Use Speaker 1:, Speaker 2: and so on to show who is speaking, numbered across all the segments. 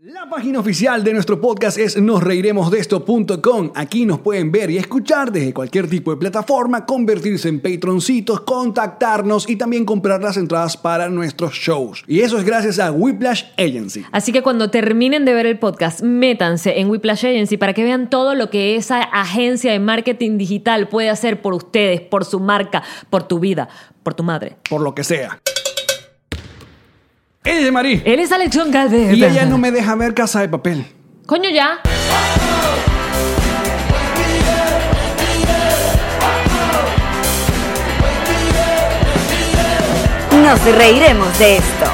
Speaker 1: La página oficial de nuestro podcast es nosreiremosdeesto.com. Aquí nos pueden ver y escuchar desde cualquier tipo de plataforma, convertirse en patroncitos, contactarnos y también comprar las entradas para nuestros shows. Y eso es gracias a Whiplash Agency.
Speaker 2: Así que cuando terminen de ver el podcast, métanse en Whiplash Agency para que vean todo lo que esa agencia de marketing digital puede hacer por ustedes, por su marca, por tu vida, por tu madre.
Speaker 1: Por lo que sea. Ella es Marí.
Speaker 2: Él es Alexón Calder.
Speaker 1: Y ella no me deja ver Casa de Papel.
Speaker 2: Coño ya.
Speaker 3: Nos reiremos de esto.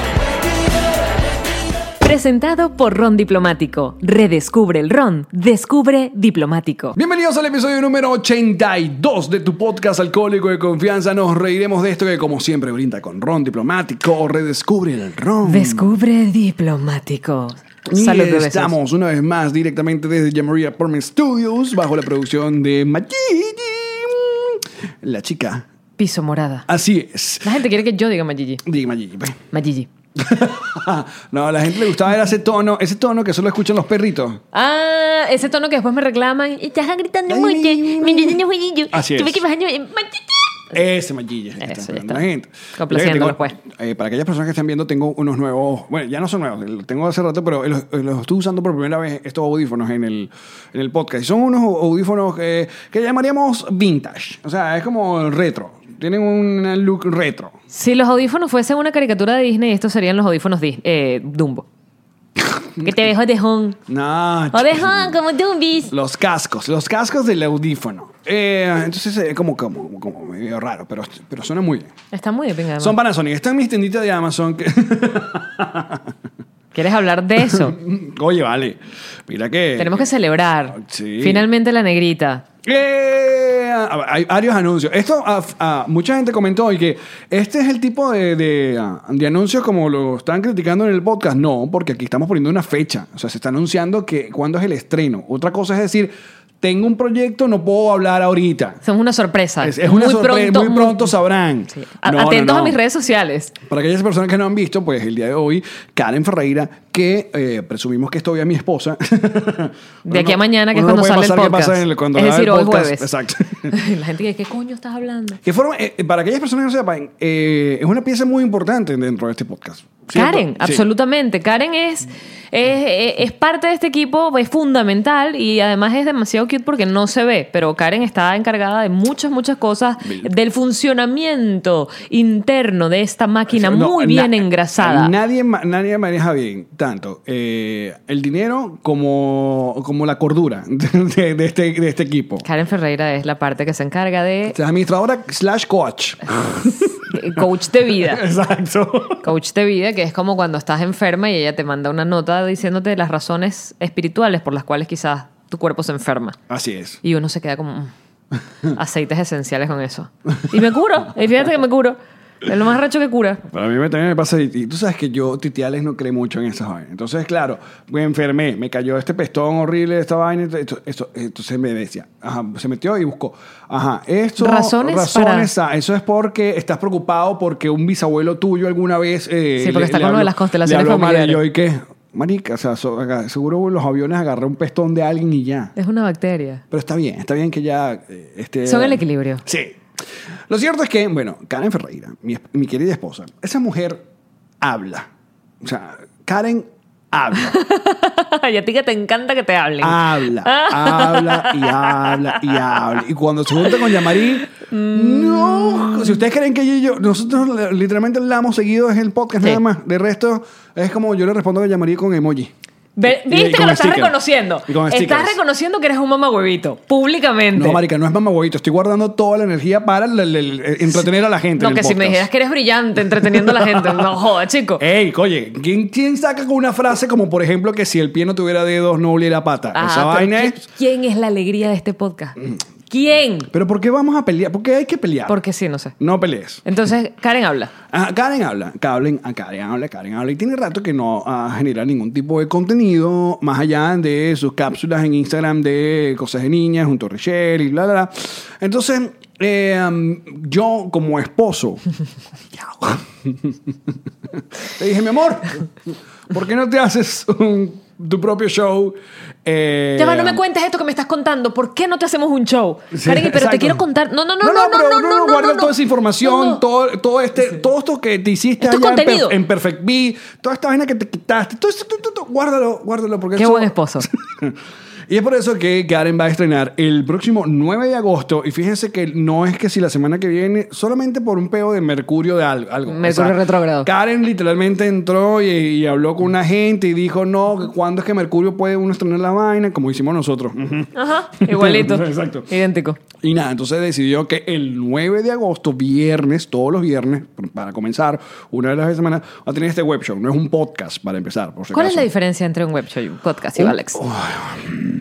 Speaker 2: Presentado por Ron Diplomático. Redescubre el Ron. Descubre Diplomático.
Speaker 1: Bienvenidos al episodio número 82 de tu podcast alcohólico de confianza. Nos reiremos de esto que como siempre brinda con ron diplomático o redescubre el ron.
Speaker 2: Descubre Diplomático.
Speaker 1: Y
Speaker 2: Salud, bebés.
Speaker 1: estamos una vez más directamente desde Jamaria Apartment Studios bajo la producción de Maggie, la chica.
Speaker 2: Piso morada.
Speaker 1: Así es.
Speaker 2: La gente quiere que yo diga Magigi.
Speaker 1: Dime Maggie. pues.
Speaker 2: Magigi.
Speaker 1: no, a la gente le gustaba ver ese tono, ese tono que solo escuchan los perritos.
Speaker 2: Ah, ese tono que después me reclaman. Y estás gritando
Speaker 1: Ay,
Speaker 2: mucho.
Speaker 1: mi- mi-
Speaker 2: Mi niño jueguillo.
Speaker 1: Así
Speaker 2: Tuve
Speaker 1: es.
Speaker 2: que bajar yo- Magigi.
Speaker 1: Ese Magilla.
Speaker 2: Eso,
Speaker 1: Está
Speaker 2: ya
Speaker 1: esperando
Speaker 2: está.
Speaker 1: La gente.
Speaker 2: Complaciéndolo, pues.
Speaker 1: Fíjate que tengo- eh, para aquellas personas que están viendo, tengo unos nuevos. Bueno, ya no son nuevos, los tengo hace rato, pero los, eh, los estuve usando por primera vez estos audífonos en el, en el podcast. Y son unos audífonos que, que llamaríamos vintage. O sea, es como retro. Tienen un look retro.
Speaker 2: Si los audífonos fuesen una caricatura de Disney, estos serían los audífonos Dis- eh, Dumbo. que te dejo dejón.
Speaker 1: No,
Speaker 2: O
Speaker 1: chico.
Speaker 2: dejón, como Dumbis.
Speaker 1: Los cascos, los cascos del audífono. Eh, entonces, eh, como, como, como medio raro, pero, pero suena muy bien.
Speaker 2: Está muy de pinga, además.
Speaker 1: Son Panasonic. Están mis tienditas de Amazon que.
Speaker 2: ¿Quieres hablar de eso?
Speaker 1: Oye, vale. Mira que.
Speaker 2: Tenemos que celebrar.
Speaker 1: Sí.
Speaker 2: Finalmente la negrita.
Speaker 1: Eh, ah, hay varios anuncios. Esto, ah, f- ah, mucha gente comentó y que este es el tipo de, de, ah, de anuncios como lo están criticando en el podcast. No, porque aquí estamos poniendo una fecha. O sea, se está anunciando que cuándo es el estreno. Otra cosa es decir, tengo un proyecto, no puedo hablar ahorita.
Speaker 2: Somos una sorpresa.
Speaker 1: Es, es una sorpresa. muy pronto sabrán.
Speaker 2: Sí. A-
Speaker 1: No, no,
Speaker 2: Atentos a
Speaker 1: no.
Speaker 2: mis redes sociales.
Speaker 1: Para aquellas personas que no han visto, pues el día de hoy, Karen Ferreira, que eh, presumimos que es todavía mi esposa.
Speaker 2: De
Speaker 1: Uno
Speaker 2: aquí a
Speaker 1: no-
Speaker 2: mañana, que es
Speaker 1: uno no
Speaker 2: cuando
Speaker 1: puede
Speaker 2: sale
Speaker 1: pasar qué
Speaker 2: el podcast.
Speaker 1: pasa en el- cuando
Speaker 2: es
Speaker 1: graba el
Speaker 2: decir, hoy
Speaker 1: podcast.
Speaker 2: jueves.
Speaker 1: Exacto.
Speaker 2: la gente dice, ¿qué coño estás hablando?
Speaker 1: Que forma, eh, para aquellas personas que no sepan, eh, es una pieza muy importante dentro de este podcast. Siempre-
Speaker 2: Karen,
Speaker 1: sí.
Speaker 2: absolutamente. Karen es, es, es- es parte de este equipo, es fundamental y además es demasiado cute porque no se ve, pero Karen está encargada de muchas, muchas cosas
Speaker 1: Mil.
Speaker 2: del funcionamiento interno de esta máquina
Speaker 1: No,
Speaker 2: muy bien
Speaker 1: na-
Speaker 2: engrasada.
Speaker 1: Nadie, ma- nadie maneja bien tanto eh, el dinero como, como la cordura de, de este, de este equipo.
Speaker 2: Karen Ferreira es la parte que se encarga de
Speaker 1: O sea, administradora slash coach.
Speaker 2: de coach de vida.
Speaker 1: Exacto.
Speaker 2: Coach de vida, que es como cuando estás enferma y ella te manda una nota diciéndote las razones espirituales por las cuales quizás tu cuerpo se enferma.
Speaker 1: Así es.
Speaker 2: Y uno se queda como "Mm, aceites esenciales con eso. Y me curo. Y fíjate que me curo. Es lo más racho que cura.
Speaker 1: Para mí me- también me pasa, y, y tú sabes que yo, titiales, no creo mucho en esas vainas. Entonces, claro, me enfermé, me cayó este pestón horrible, esta vaina, esto- esto- esto- entonces me decía, ajá, se metió y buscó, ajá, esto,
Speaker 2: Razones
Speaker 1: razones, ah, eso es porque estás preocupado porque un bisabuelo tuyo alguna vez... eh,
Speaker 2: Sí, porque está con lo de las constelaciones
Speaker 1: le habló mal, y
Speaker 2: familiares.
Speaker 1: yo, ¿y qué? Marica, o sea, so- acá- seguro los aviones agarré un pestón de alguien y ya.
Speaker 2: Es una bacteria.
Speaker 1: Pero está bien, está bien que ya... eh, este,
Speaker 2: Son el equilibrio.
Speaker 1: Sí. Lo cierto es que, bueno, Karen Ferreira, mi, esp- mi querida esposa, esa mujer habla. O sea, Karen habla,
Speaker 2: y a ti que te encanta que te hablen.
Speaker 1: habla, habla y habla y habla. Y cuando se junta con Yamari,
Speaker 2: Mm.
Speaker 1: no. Si ustedes creen que ella y yo, nosotros le- literalmente hablamos seguido es el podcast
Speaker 2: Sí.
Speaker 1: nada más. De resto, es como yo le respondo a Yamari con emoji.
Speaker 2: Ve-
Speaker 1: Y- y
Speaker 2: Viste que
Speaker 1: con
Speaker 2: lo estás
Speaker 1: stickers.
Speaker 2: reconociendo.
Speaker 1: Y con
Speaker 2: Estás
Speaker 1: stickers.
Speaker 2: reconociendo que eres un mamá huevito. Públicamente.
Speaker 1: No, marica, no es mamahuevito. Estoy guardando toda la energía para el- el- el- entretener a la gente.
Speaker 2: No,
Speaker 1: en
Speaker 2: que
Speaker 1: el
Speaker 2: si me
Speaker 1: podcast.
Speaker 2: dijeras que eres brillante entreteniendo a la gente. No joda, chico.
Speaker 1: Ey, oye, ¿quién, quién saca con una frase como, por ejemplo, que si el pie no tuviera dedos no oliera pata?
Speaker 2: Ajá,
Speaker 1: Esa
Speaker 2: Ah, pero
Speaker 1: vaina
Speaker 2: ¿qui-
Speaker 1: es...
Speaker 2: ¿Quién es la alegría de este podcast? ¿Quién?
Speaker 1: ¿Pero por qué vamos a pelear? ¿Por qué hay que pelear?
Speaker 2: Porque sí, no sé.
Speaker 1: No pelees.
Speaker 2: Entonces, Karen habla.
Speaker 1: Ajá, Karen habla, Karen, a Karen habla, Karen habla. Y tiene rato que no ah, genera ningún tipo de contenido más allá de sus cápsulas en Instagram de cosas de niñas junto a Richelle y bla, bla, bla. Entonces, eh, um, yo como esposo, le dije, mi amor, ¿por qué no te haces un tu propio show. eh,
Speaker 2: Ya va, no me cuentes esto que me estás contando. ¿Por qué no te hacemos un show?
Speaker 1: Sí,
Speaker 2: Karen, pero
Speaker 1: exacto.
Speaker 2: te quiero contar. No, no, no, no, no, no,
Speaker 1: pero
Speaker 2: no,
Speaker 1: uno
Speaker 2: no,
Speaker 1: guarda
Speaker 2: no,
Speaker 1: toda esa información,
Speaker 2: No, no.
Speaker 1: Todo, todo este, todo esto que te hiciste
Speaker 2: Esto es
Speaker 1: allá en per-
Speaker 2: contenido.
Speaker 1: en, Perfect B, toda esta vaina que te quitaste, todo esto, todo, todo, todo, guárdalo, guárdalo porque
Speaker 2: Qué
Speaker 1: eso-
Speaker 2: buen esposo.
Speaker 1: Y es por eso que Karen va a estrenar el próximo 9 de agosto. Y fíjense que no es que si la semana que viene, solamente por un peo de Mercurio de algo. algo.
Speaker 2: Mercurio retrógrado.
Speaker 1: Karen literalmente entró y, y habló con una gente y dijo, no, que ¿cuándo es que Mercurio puede uno estrenar la vaina? Como hicimos nosotros. Ujú.
Speaker 2: Ajá, igualito.
Speaker 1: Exacto.
Speaker 2: Idéntico.
Speaker 1: Y nada, entonces decidió que el 9 de agosto, viernes, todos los viernes, para comenzar, una vez a la semana, va a tener este web show. No es un podcast para empezar, por si
Speaker 2: ¿Cuál es la
Speaker 1: acaso.
Speaker 2: diferencia entre un web show y un podcast,
Speaker 1: Uh,
Speaker 2: Ivo Alex?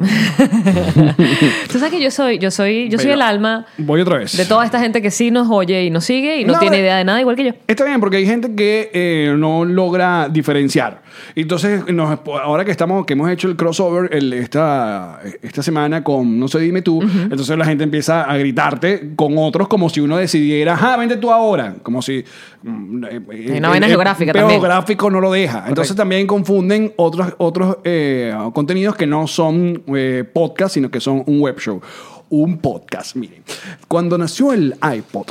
Speaker 2: Tú sabes que yo soy, yo soy, yo soy
Speaker 1: Pero-
Speaker 2: el alma
Speaker 1: Voy otra vez.
Speaker 2: de toda esta gente que sí nos oye y nos sigue y no,
Speaker 1: No,
Speaker 2: tiene
Speaker 1: eh.
Speaker 2: idea de nada igual que yo.
Speaker 1: Está bien, porque hay gente que eh, no logra diferenciar. Entonces, nos- ahora que estamos, que hemos hecho el crossover el- esta, esta semana con No sé, dime tú, entonces la gente empieza a gritarte con otros como si uno decidiera, ah, vente tú ahora. Como si. mm, eh, eh,
Speaker 2: una vaina
Speaker 1: eh,
Speaker 2: geográfica
Speaker 1: pero
Speaker 2: también.
Speaker 1: gráfico no lo deja. Entonces también confunden otros, otros eh, contenidos que no son eh, podcast, sino que son un web show. Un podcast, miren. Cuando nació el iPod.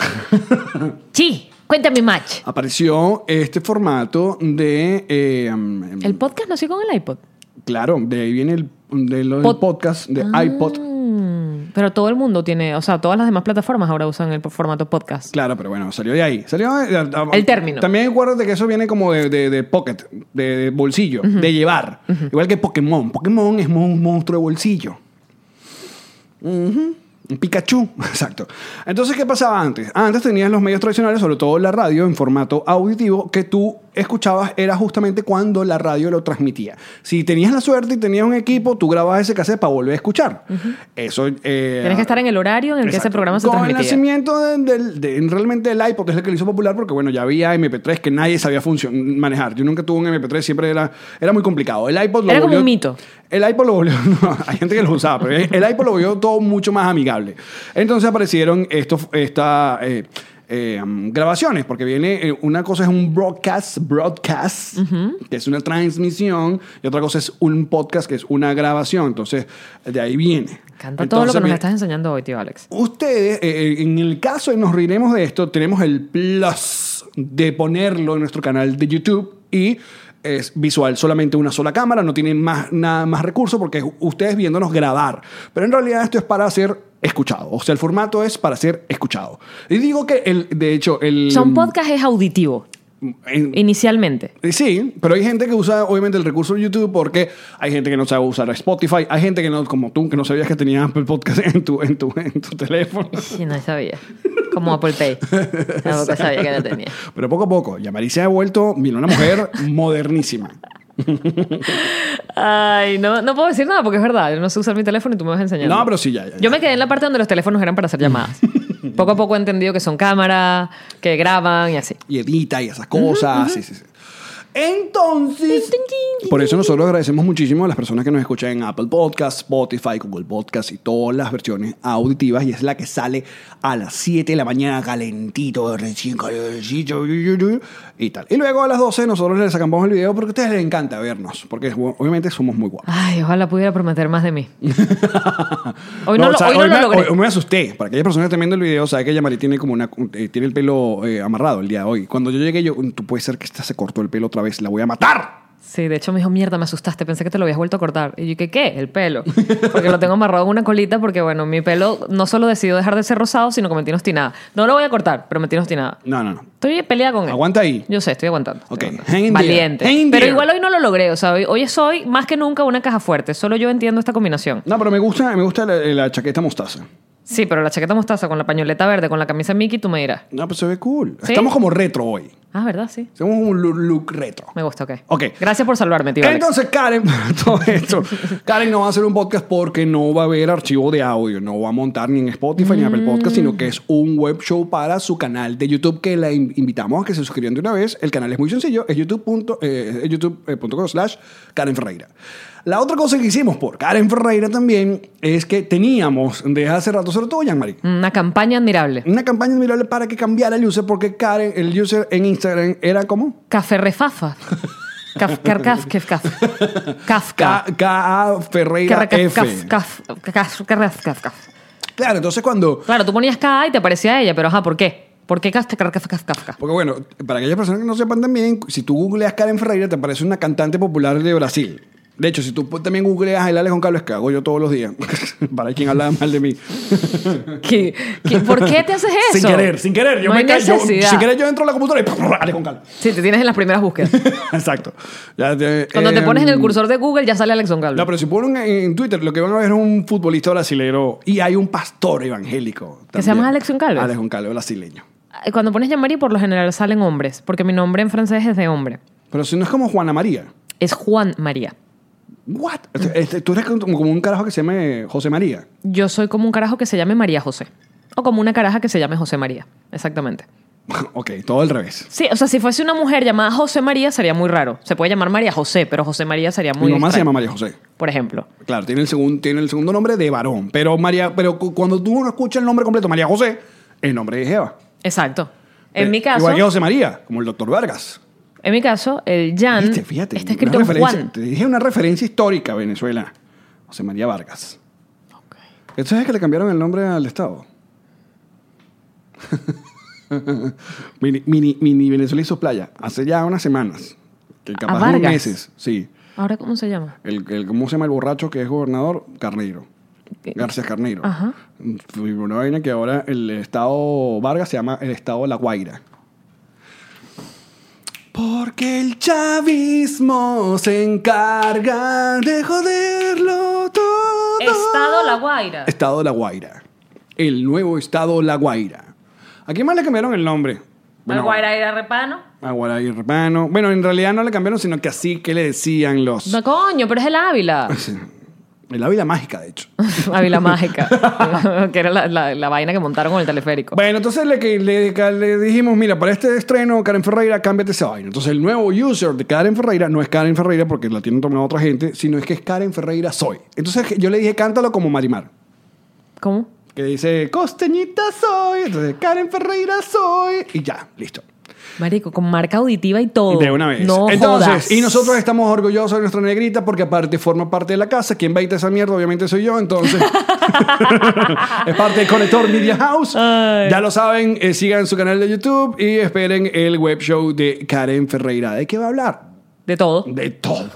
Speaker 2: Sí, cuéntame match.
Speaker 1: apareció este formato de eh, um, em,
Speaker 2: El podcast nació con el iPod.
Speaker 1: claro de ahí viene el de lo del
Speaker 2: Pod-
Speaker 1: podcast de iPod
Speaker 2: Mm, Pero todo el mundo tiene, o sea, todas las demás plataformas ahora usan el formato podcast.
Speaker 1: claro pero bueno salió de ahí salió de- de- de-
Speaker 2: El término.
Speaker 1: también acuérdate que eso viene como de, de- de pocket de, de bolsillo de llevar igual que Pokémon Pokémon es mon- un monstruo de bolsillo Ujú. Un Pikachu, exacto. Entonces, ¿qué pasaba antes? Antes tenías los medios tradicionales, sobre todo la radio, en formato auditivo, que tú escuchabas era justamente cuando la radio lo transmitía. Si tenías la suerte y tenías un equipo, tú grababas ese cassette para volver a escuchar. Eso... eh,
Speaker 2: Tienes que estar en el horario en el que ese
Speaker 1: Exacto.
Speaker 2: programa se
Speaker 1: Con el
Speaker 2: transmitía.
Speaker 1: nacimiento de- del- de- realmente el iPod es el que lo hizo popular porque, bueno, ya había MP3 que nadie sabía funcion- manejar. Yo nunca tuve un MP3, siempre era, era muy complicado. El iPod lo
Speaker 2: Era como
Speaker 1: volvió-
Speaker 2: un mito.
Speaker 1: El iPod lo volvió... no, hay gente que lo usaba, pero el iPod lo volvió todo mucho más amigable. Entonces aparecieron estos... Esta, eh, eh, um, grabaciones, porque viene eh, una cosa es un broadcast, broadcast, que es una transmisión, y otra cosa es un podcast, que es una grabación. Entonces, de ahí viene.
Speaker 2: Me encanta todo lo que
Speaker 1: Entonces,
Speaker 2: nos
Speaker 1: viene-
Speaker 2: estás enseñando hoy, tío Alex.
Speaker 1: Ustedes, eh, eh, en el caso de nos reiremos de esto, tenemos el plus de ponerlo en nuestro canal de YouTube y es visual, solamente una sola cámara, no tienen más, nada más recursos porque es ustedes viéndonos grabar. Pero en realidad esto es para ser escuchado, o sea, el formato es para ser escuchado. Y digo que, el, de hecho, el...
Speaker 2: Son podcast es auditivo,
Speaker 1: en-
Speaker 2: inicialmente.
Speaker 1: y Sí, pero hay gente que usa obviamente el recurso de YouTube porque hay gente que no sabe usar Spotify, hay gente que no, como tú, que no sabías que tenías Apple Podcast en tu, en tu, en tu teléfono.
Speaker 2: Sí, no sabía. Como Apple Pay. Tampoco sabía que lo tenía.
Speaker 1: Pero poco a poco, Yamari se ha vuelto, mira, una mujer modernísima.
Speaker 2: Ay, no, no puedo decir nada porque es verdad. Yo no sé usar mi teléfono y tú me vas enseñando.
Speaker 1: No, pero sí, ya, ya, ya.
Speaker 2: Yo me quedé en la parte donde los teléfonos eran para hacer llamadas. Poco a poco he entendido que son cámaras, que graban y así.
Speaker 1: Y edita y esas cosas. sí, sí, sí. Entonces, por eso nosotros agradecemos muchísimo a las personas que nos escuchan en Apple Podcast, Spotify, Google Podcast y todas las versiones auditivas. Y es la que sale a las 7 de la mañana calentito, recién calentito y tal. Y luego a las 12 nosotros les sacamos el video porque a ustedes les encanta vernos, porque obviamente somos muy guapos.
Speaker 2: Ay, ojalá pudiera prometer más de mí. Hoy no,
Speaker 1: o
Speaker 2: lo-
Speaker 1: sea,
Speaker 2: hoy no
Speaker 1: hoy
Speaker 2: lo
Speaker 1: me,
Speaker 2: logré.
Speaker 1: hoy- hoy me asusté. Para aquellas personas que estén viendo el video, sabe que Yamari tiene como una eh, tiene el pelo eh, amarrado el día de hoy. Cuando yo llegué, yo, "Mm, tú puede ser que esta se cortó el pelo otra vez, la voy a matar.
Speaker 2: Sí, de hecho me dijo, mierda, me asustaste, pensé que te lo habías vuelto a cortar. Y yo, ¿qué? ¿Qué? El pelo. Porque lo tengo amarrado en una colita porque, bueno, mi pelo no solo decidió dejar de ser rosado, sino que me tiene obstinada. No lo voy a cortar, pero me tiene obstinada.
Speaker 1: No, no, no.
Speaker 2: Estoy peleada con él.
Speaker 1: Aguanta ahí.
Speaker 2: Yo sé, estoy aguantando. estoy
Speaker 1: Ok,
Speaker 2: aguantando.
Speaker 1: hang in there,
Speaker 2: Valiente.
Speaker 1: hang in
Speaker 2: pero
Speaker 1: there.
Speaker 2: igual hoy no lo logré. O sea, hoy, hoy soy más que nunca una caja fuerte. Solo yo entiendo esta combinación.
Speaker 1: No, pero me gusta, me gusta la, la chaqueta mostaza.
Speaker 2: Sí, pero la chaqueta mostaza con la pañoleta verde, con la camisa Mickey, tú me dirás.
Speaker 1: No, pues se ve cool.
Speaker 2: ¿Sí?
Speaker 1: Estamos como retro hoy.
Speaker 2: Ah, ¿verdad? Sí.
Speaker 1: Somos un lu- look retro.
Speaker 2: Me gusta, ok.
Speaker 1: Ok.
Speaker 2: Gracias por salvarme, tío. Alex.
Speaker 1: Entonces, Karen, todo esto. Karen no va a hacer un podcast porque no va a haber archivo de audio, no va a montar ni en Spotify ni en Apple Podcast, sino que es un web show para su canal de YouTube que la in- invitamos a que se suscriban de una vez. El canal es muy sencillo, es youtube.com eh, youtube, eh, punto com slash Karen Ferreira. La otra cosa que hicimos por Karen Ferreira también es que teníamos desde hace rato, sobre todo Yanmari,
Speaker 2: Mm, Una campaña admirable.
Speaker 1: una campaña admirable para que cambiara el user porque Karen, el user en Instagram era como...
Speaker 2: Café refafa. Caf, car, caf, kef, caf. Kafka.
Speaker 1: K. K. Ferreira
Speaker 2: Kerra, caf,
Speaker 1: F.
Speaker 2: caf, caf, caf, caf, caf, caf.
Speaker 1: Claro, entonces cuando.
Speaker 2: Claro, tú ponías K y te parecía ella, pero ajá, ¿por qué? ¿Por qué Kafka, Kafka, Kafka, Kafka?
Speaker 1: Porque bueno, para aquellas personas que no sepan también, si tú googleas Karen Ferreira, te aparece una cantante popular de Brasil. De hecho, si tú también googleas a Elalia con Carlos, que hago yo todos los días. para quien hablaba mal de mí.
Speaker 2: ¿Qué- qué- ¿Por qué te haces eso?
Speaker 1: Sin querer, sin querer. Yo
Speaker 2: no
Speaker 1: me
Speaker 2: hay
Speaker 1: ca- yo-
Speaker 2: necesidad.
Speaker 1: Sin querer, yo entro a la computadora y ¡pum! Ale con Carlos.
Speaker 2: Sí, te tienes en las primeras búsquedas.
Speaker 1: Exacto. Ya te-
Speaker 2: Cuando te
Speaker 1: em,
Speaker 2: pones en el cursor de Google ya sale Alex Goncalves.
Speaker 1: No, pero si ponen en, en Twitter, lo que van a ver es un futbolista brasilero y hay un pastor evangélico.
Speaker 2: ¿Que se
Speaker 1: también.
Speaker 2: llama Alex Goncalves?
Speaker 1: Alex Goncalves, brasileño.
Speaker 2: Ah, Cuando pones Jean-Marie, por lo general salen hombres, porque mi nombre en francés es de hombre.
Speaker 1: Pero si no es como Juana María.
Speaker 2: Es Juan María.
Speaker 1: ¿What? Este- este- Tú eres como como un carajo que se llama José María.
Speaker 2: Yo soy como un carajo que se llame María José. O como una caraja que se llame José María. Exactamente.
Speaker 1: ok, todo al revés.
Speaker 2: Sí, o sea, si fuese una mujer llamada José María sería muy raro. Se puede llamar María José, pero José María sería muy
Speaker 1: Mi mamá se
Speaker 2: extraño,
Speaker 1: llama María José.
Speaker 2: Por ejemplo.
Speaker 1: Claro, tiene el, segundo, tiene el segundo nombre de varón. Pero María, pero cu- cuando tú no escuchas el nombre completo, María José, el nombre es Eva.
Speaker 2: Exacto. En
Speaker 1: Eh,
Speaker 2: mi caso,
Speaker 1: Igual que José María, como el doctor Vargas.
Speaker 2: en mi caso, el Jan
Speaker 1: Viste, fíjate. una
Speaker 2: está escrito en
Speaker 1: referencia-
Speaker 2: Juan.
Speaker 1: Te dije una referencia histórica a Venezuela. José María Vargas. ¿Esto es que le cambiaron el nombre al Estado? mini, mini, mini Venezuela y sus playas. Hace ya unas semanas. Que capaz de
Speaker 2: Vargas?
Speaker 1: meses. Sí.
Speaker 2: ¿Ahora cómo se llama?
Speaker 1: El, el- ¿Cómo se llama el borracho que es gobernador? Carneiro.
Speaker 2: ¿Qué?
Speaker 1: García Carneiro.
Speaker 2: Eh, Ajá.
Speaker 1: Fue una vaina que ahora el estado Vargas se llama el estado La Guaira. Porque el chavismo se encarga de joderlo todo.
Speaker 2: Estado La Guaira.
Speaker 1: Estado La Guaira. El nuevo estado La Guaira. ¿A quién más le cambiaron el nombre?
Speaker 2: La
Speaker 1: Bueno,
Speaker 2: Guaira era repano.
Speaker 1: A Guaray Urbano. Bueno, en realidad no le cambiaron, sino que así que le decían los...
Speaker 2: No, coño, pero es el Ávila.
Speaker 1: El Ávila Mágica, de hecho.
Speaker 2: Ávila Mágica. que era la, la- la vaina que montaron con el teleférico.
Speaker 1: Bueno, entonces le, que- le, ca- le dijimos, mira, para este estreno, Karen Ferreira, cámbiate esa vaina. Entonces el nuevo user de Karen Ferreira no es Karen Ferreira porque la tienen tomada otra gente, sino es que es Karen Ferreira soy. Entonces yo le dije, cántalo como Marimar,
Speaker 2: ¿Cómo?
Speaker 1: que dice, costeñita soy, entonces Karen Ferreira soy, y ya, listo.
Speaker 2: Marico, con marca auditiva y todo.
Speaker 1: De una vez.
Speaker 2: No
Speaker 1: Entonces,
Speaker 2: jodas.
Speaker 1: y nosotros estamos orgullosos de nuestra negrita porque aparte forma parte de la casa. Quien baita esa mierda obviamente soy yo, entonces es parte del Conector Media House.
Speaker 2: Ay.
Speaker 1: Ya lo saben, eh, sigan su canal de YouTube y esperen el web show de Karen Ferreira. ¿De qué va a hablar?
Speaker 2: De todo.
Speaker 1: De todo.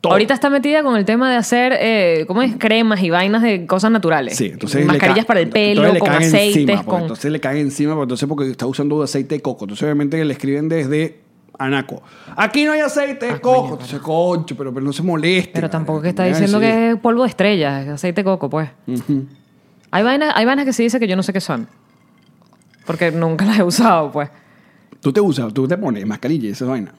Speaker 1: Todo.
Speaker 2: Ahorita está metida con el tema de hacer, eh, ¿cómo es? Cremas y vainas de cosas naturales.
Speaker 1: Sí, entonces le
Speaker 2: eh, Mascarillas
Speaker 1: ca-
Speaker 2: para el
Speaker 1: entonces
Speaker 2: pelo,
Speaker 1: le
Speaker 2: con
Speaker 1: caen
Speaker 2: aceites,
Speaker 1: encima, porque
Speaker 2: con...
Speaker 1: Entonces le caen encima, porque entonces porque está usando aceite de coco. Entonces obviamente que le escriben desde Anaco. Aquí no hay aceite de coco. entonces, concho, pero, pero no se moleste.
Speaker 2: Ah, Pero tampoco que está
Speaker 1: Ay,
Speaker 2: diciendo
Speaker 1: sí.
Speaker 2: que es polvo de estrella, es aceite de coco, pues. hay, vainas, hay vainas que se dice que yo no sé qué son. Porque nunca las he usado, pues.
Speaker 1: Tú te usas, tú te pones mascarilla y esa vaina.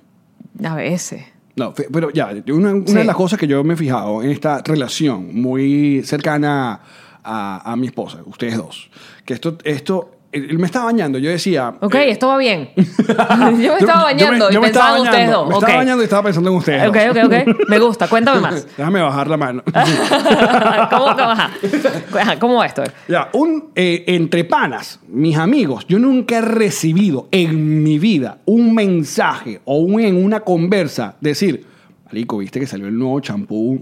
Speaker 2: A veces.
Speaker 1: No, fe- pero ya, una, una
Speaker 2: Sí.
Speaker 1: de las cosas que yo me he fijado en esta relación muy cercana a, a mi esposa, ustedes dos, que esto, esto, él él me estaba bañando, yo decía...
Speaker 2: Ok,
Speaker 1: eh,
Speaker 2: esto va bien. yo me estaba bañando
Speaker 1: yo
Speaker 2: y
Speaker 1: me estaba
Speaker 2: pensaba en ustedes
Speaker 1: bañando,
Speaker 2: dos.
Speaker 1: Me
Speaker 2: Ok.
Speaker 1: estaba bañando y estaba pensando en ustedes
Speaker 2: Ok,
Speaker 1: dos.
Speaker 2: ok, ok. Me gusta. Cuéntame más.
Speaker 1: Déjame bajar la mano.
Speaker 2: ¿Cómo, cómo, ajá. Ajá, ¿cómo va esto?
Speaker 1: Ya, un, eh, entre panas, mis amigos, yo nunca he recibido en mi vida un mensaje o un- en una conversa decir, Marico, viste que salió el nuevo champú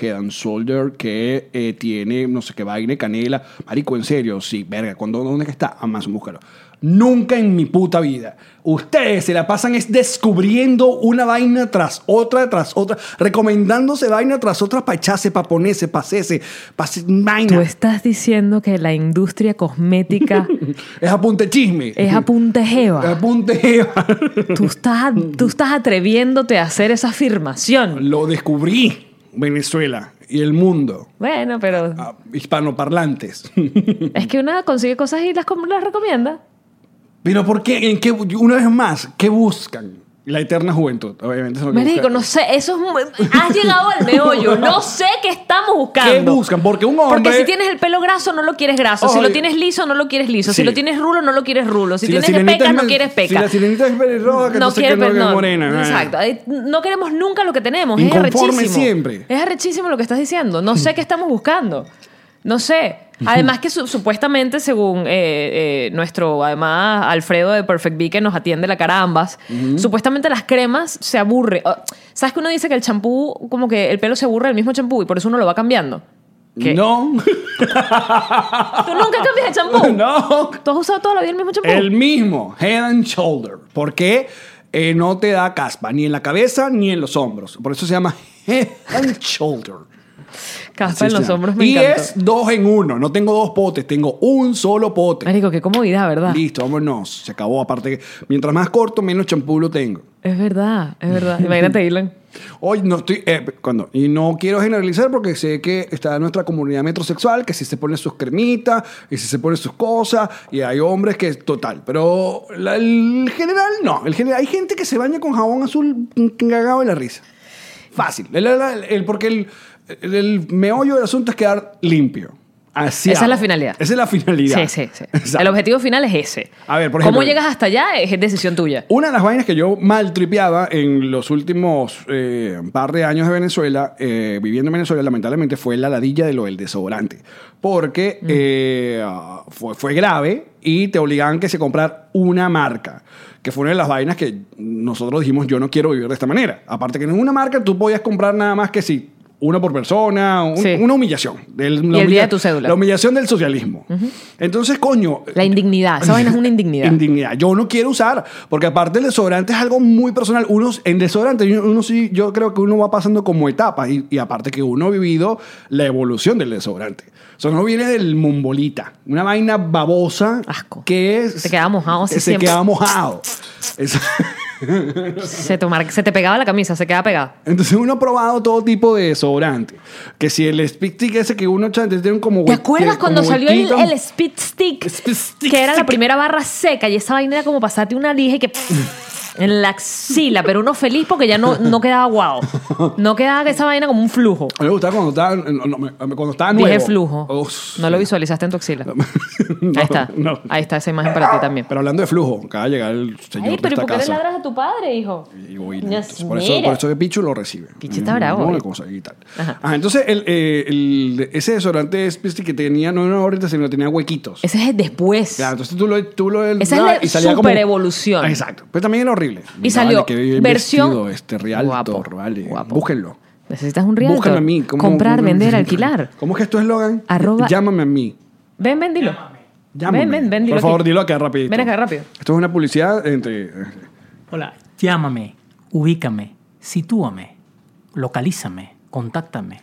Speaker 1: Head and Shoulder que eh, tiene no sé qué vaina, canela. Marico, en serio, sí, verga, ¿cuándo, ¿dónde es que está? Amazon, búscalo. Nunca en mi puta vida. Ustedes se la pasan es descubriendo una vaina tras otra, tras otra, recomendándose vaina tras otra para echarse, para ponerse, para hacerse, para vaina.
Speaker 2: Tú estás diciendo que la industria cosmética
Speaker 1: Es apunte chisme.
Speaker 2: es apunte
Speaker 1: Es
Speaker 2: jeva.
Speaker 1: apunte Eva.
Speaker 2: Tú estás, tú estás atreviéndote a hacer esa afirmación.
Speaker 1: Lo descubrí. Venezuela y el mundo.
Speaker 2: Bueno, pero
Speaker 1: Ah, hispanoparlantes.
Speaker 2: es que una consigue cosas y las, com- las recomienda.
Speaker 1: Pero ¿por qué? ¿En qué? Una vez más, ¿qué buscan? La eterna juventud, obviamente. eso es lo que
Speaker 2: Marico,
Speaker 1: buscan.
Speaker 2: no sé, eso es muy- has llegado al meollo, no sé qué estamos buscando.
Speaker 1: ¿Qué buscan? Porque un hombre...
Speaker 2: Porque si tienes el pelo graso, no lo quieres graso. Si
Speaker 1: Oye.
Speaker 2: lo tienes liso, no lo quieres liso. Si
Speaker 1: Sí.
Speaker 2: lo tienes rulo, no lo quieres rulo. Si,
Speaker 1: la
Speaker 2: tienes
Speaker 1: sirenita
Speaker 2: pecas,
Speaker 1: es-
Speaker 2: no quieres
Speaker 1: Si la
Speaker 2: pecas.
Speaker 1: sirenita es pelirroja, que no, sé qué,
Speaker 2: quiere
Speaker 1: no, que
Speaker 2: pe-
Speaker 1: es
Speaker 2: no,
Speaker 1: morena.
Speaker 2: Exacto. Eh, No queremos nunca lo que tenemos. Es
Speaker 1: Inconforme
Speaker 2: arrechísimo.
Speaker 1: siempre.
Speaker 2: Es arrechísimo lo que estás diciendo. No sé qué estamos buscando. No sé. Además que su- supuestamente, según eh, eh, nuestro, además, Alfredo de Perfect Bee, que nos atiende la cara a ambas, supuestamente las cremas se aburre. Oh, ¿Sabes que uno dice que el champú, como que el pelo se aburre del mismo champú y por eso uno lo va cambiando? ¿Qué?
Speaker 1: No,
Speaker 2: ¿Tú nunca cambias de champú?
Speaker 1: no.
Speaker 2: ¿Tú has usado toda la vida el mismo champú?
Speaker 1: El mismo, head and shoulder. Porque eh, no te da caspa, ni en la cabeza ni en los hombros. Por eso se llama head and shoulder.
Speaker 2: Caspa en
Speaker 1: Sí,
Speaker 2: los
Speaker 1: se llama.
Speaker 2: hombros me
Speaker 1: y
Speaker 2: encanta.
Speaker 1: es dos en uno. No tengo dos potes, tengo un solo pote.
Speaker 2: Marico, qué comodidad, ¿verdad?
Speaker 1: Listo, vámonos. Se acabó. Aparte, que mientras más corto, menos champú lo tengo.
Speaker 2: Es verdad, es verdad. Imagínate, Dylan.
Speaker 1: Hoy no estoy. eh, cuando, y no quiero generalizar porque sé que está nuestra comunidad metrosexual que si se pone sus cremitas y si se pone sus cosas y hay hombres que es total. Pero la- el general no. El general, hay gente que se baña con jabón azul cagado de la risa. Fácil. El- el- el- porque el, el- el meollo del asunto es quedar limpio. Así.
Speaker 2: Esa es la finalidad.
Speaker 1: Esa es la finalidad.
Speaker 2: Sí, sí, sí.
Speaker 1: Exacto.
Speaker 2: El objetivo final es ese.
Speaker 1: A ver, por
Speaker 2: ¿Cómo
Speaker 1: ejemplo-
Speaker 2: llegas hasta allá? Es decisión tuya.
Speaker 1: Una de las vainas que yo maltripeaba en los últimos eh, par de años de Venezuela, eh, viviendo en Venezuela, lamentablemente fue la ladilla de lo del desodorante. Porque
Speaker 2: Mm.
Speaker 1: eh, ah, fue, fue grave y te obligaban que se comprar una marca. Que fue una de las vainas que nosotros dijimos, yo no quiero vivir de esta manera. Aparte que en una marca tú podías comprar nada más que si uno por persona, un-
Speaker 2: Sí.
Speaker 1: una humillación. El-
Speaker 2: Y el día de tu cédula.
Speaker 1: La humillación del socialismo. Entonces, coño...
Speaker 2: La indignidad. Esa vaina es una indignidad.
Speaker 1: Indignidad. Yo no quiero usar, porque aparte el desodorante es algo muy personal. Unos, en desodorante, uno, uno sí, yo creo que uno va pasando como etapas y, y aparte que uno ha vivido la evolución del desodorante. Eso no viene del mumbolita, una vaina babosa
Speaker 2: Asco.
Speaker 1: que es-
Speaker 2: Te quedaba mojado así
Speaker 1: que se
Speaker 2: siempre.
Speaker 1: queda mojado. Es-
Speaker 2: se, te mar- se te pegaba la camisa, se quedaba pegada.
Speaker 1: entonces uno ha probado todo tipo de desodorante. Que si el stick stick ese que uno echa, antes tiene como
Speaker 2: ¿Te
Speaker 1: hue-
Speaker 2: acuerdas
Speaker 1: que-
Speaker 2: cuando
Speaker 1: como
Speaker 2: salió el,
Speaker 1: huequito?
Speaker 2: el Speed Stick?
Speaker 1: Speed Stick.
Speaker 2: Que era la primera barra seca y esa vaina era como pasarte una lija y que pff, en la axila, pero uno feliz porque ya no, no quedaba guau. No quedaba esa vaina como un flujo.
Speaker 1: A mí me gustaba cuando estaba, no, no, me- cuando estaba nuevo.
Speaker 2: Dije flujo.
Speaker 1: Uf.
Speaker 2: no lo visualizaste en tu axila.
Speaker 1: No,
Speaker 2: Ahí está.
Speaker 1: no.
Speaker 2: Ahí está esa imagen para ti también.
Speaker 1: Pero hablando de flujo, acaba de llegar el señor
Speaker 2: Ay, pero ¿y
Speaker 1: de esta
Speaker 2: por qué le
Speaker 1: casa.
Speaker 2: ladras a tu padre, hijo?
Speaker 1: Y voy,
Speaker 2: Ya,
Speaker 1: entonces, por, eso,
Speaker 2: mira.
Speaker 1: por eso que Pichu lo recibe.
Speaker 2: Pichu está bravo,
Speaker 1: No,
Speaker 2: ¿eh?
Speaker 1: la cosa y tal.
Speaker 2: Ajá.
Speaker 1: Ah, entonces, el, eh, el- ese desodorante es viste, que tenía, no era una horita, sino tenía huequitos.
Speaker 2: Ese es el después.
Speaker 1: Claro, entonces tú lo... Tú lo
Speaker 2: Esa es la superevolución.
Speaker 1: Ah, Exacto. Pero también era horrible.
Speaker 2: Y salió
Speaker 1: que bien
Speaker 2: versión-
Speaker 1: vestido, este Realtor,
Speaker 2: Guapo,
Speaker 1: vale.
Speaker 2: guapo.
Speaker 1: Búsquenlo.
Speaker 2: Necesitas un riesgo.
Speaker 1: Búsquenlo a mí. ¿Cómo-
Speaker 2: Comprar,
Speaker 1: cómo-
Speaker 2: vender, alquilar.
Speaker 1: ¿Cómo es que es tu eslogan?
Speaker 2: Arroba-
Speaker 1: Llámame a mí.
Speaker 2: Ven, ven, dilo.
Speaker 1: Llámame.
Speaker 2: Ven, ven, ven, dilo
Speaker 1: Por favor,
Speaker 2: aquí.
Speaker 1: dilo acá rápido.
Speaker 2: Ven acá rápido.
Speaker 1: Esto es una publicidad entre... eh,
Speaker 4: Hola, llámame, ubícame, sitúame, localízame, contáctame.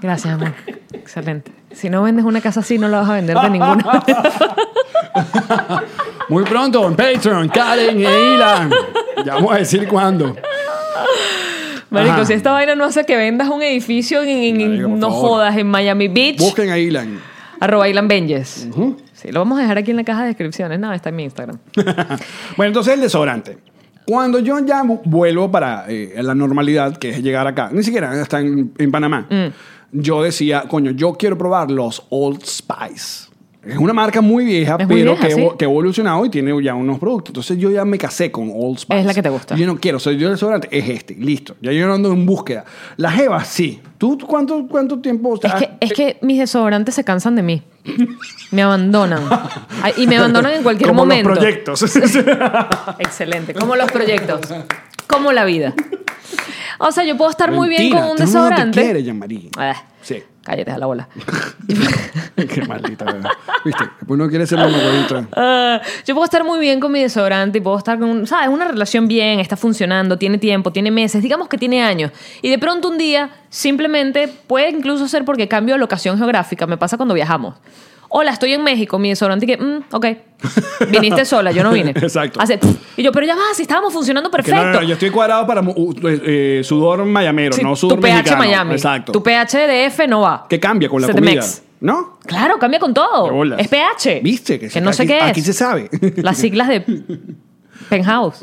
Speaker 2: Gracias, amor. Excelente. Si no vendes una casa así, no la vas a vender de ninguna.
Speaker 1: Muy pronto en Patreon, Karen e Ilan. Ya vamos a decir cuándo.
Speaker 2: Marico,
Speaker 1: Ajá.
Speaker 2: si esta vaina no hace que vendas un edificio en, en- en-
Speaker 1: Marico, por
Speaker 2: no
Speaker 1: favor.
Speaker 2: jodas en Miami Beach,
Speaker 1: Busquen a Ilan.
Speaker 2: arroba Ilan Benjes. Sí, lo vamos a dejar aquí en la caja de descripciones. Nada, está en mi Instagram.
Speaker 1: Bueno, entonces el desodorante. Cuando yo ya vu- vuelvo para eh, la normalidad, que es llegar acá, ni siquiera hasta en, en Panamá,
Speaker 2: Mm.
Speaker 1: yo decía, coño, yo quiero probar los Old Spice. Es una marca muy vieja,
Speaker 2: Es muy
Speaker 1: pero
Speaker 2: vieja,
Speaker 1: que,
Speaker 2: sí.
Speaker 1: evo- que ha evolucionado y tiene ya unos productos. Entonces yo ya me casé con Old Spice.
Speaker 2: Es la que te gusta.
Speaker 1: Y yo no quiero, o sea, yo el desodorante es este, listo. Ya yo no ando en búsqueda. La Jeva, sí. ¿Tú cuánto, cuánto tiempo?
Speaker 2: Es que, es que mis desodorantes se cansan de mí. Me abandonan. Ay, Y me abandonan en cualquier
Speaker 1: Como
Speaker 2: momento.
Speaker 1: Los proyectos.
Speaker 2: Excelente. Como los proyectos. Como la vida. O sea, yo puedo estar muy bien
Speaker 1: Mentira,
Speaker 2: con un
Speaker 1: todo el mundo te
Speaker 2: desodorante.
Speaker 1: quiere, Jean-Marie.
Speaker 2: Ah,
Speaker 1: Sí.
Speaker 2: Cállate a la bola.
Speaker 1: Qué maldita. ¿verdad? ¿Viste? Después no quiere ser la mamadita.
Speaker 2: Ah, yo puedo estar muy bien con mi desodorante y puedo estar con, un- ¿sabes? Una relación bien, está funcionando, tiene tiempo, tiene meses, digamos que tiene años. Y de pronto un día, simplemente, puede incluso ser porque cambio de locación geográfica, me pasa cuando viajamos. Hola, estoy en México, mi desodorante y que, mm, ok, viniste sola, yo no vine.
Speaker 1: Exacto.
Speaker 2: Hace, y yo, pero ya va, si estábamos funcionando
Speaker 1: Que no,
Speaker 2: perfecto.
Speaker 1: no, no, yo estoy cuadrado para mu- uh, eh, sudor mayamero,
Speaker 2: Sí,
Speaker 1: no sudor
Speaker 2: tu pH
Speaker 1: mexicano.
Speaker 2: Miami.
Speaker 1: Exacto.
Speaker 2: Tu pH de DF no va.
Speaker 1: que cambia con la
Speaker 2: Se te
Speaker 1: comida.
Speaker 2: mex.
Speaker 1: ¿No?
Speaker 2: Claro, cambia con
Speaker 1: De
Speaker 2: todo.
Speaker 1: bolas.
Speaker 2: Es pH.
Speaker 1: ¿Viste?
Speaker 2: Que,
Speaker 1: se-
Speaker 2: no sé
Speaker 1: aquí-
Speaker 2: qué es.
Speaker 1: Aquí se sabe.
Speaker 2: Las siglas de penthouse.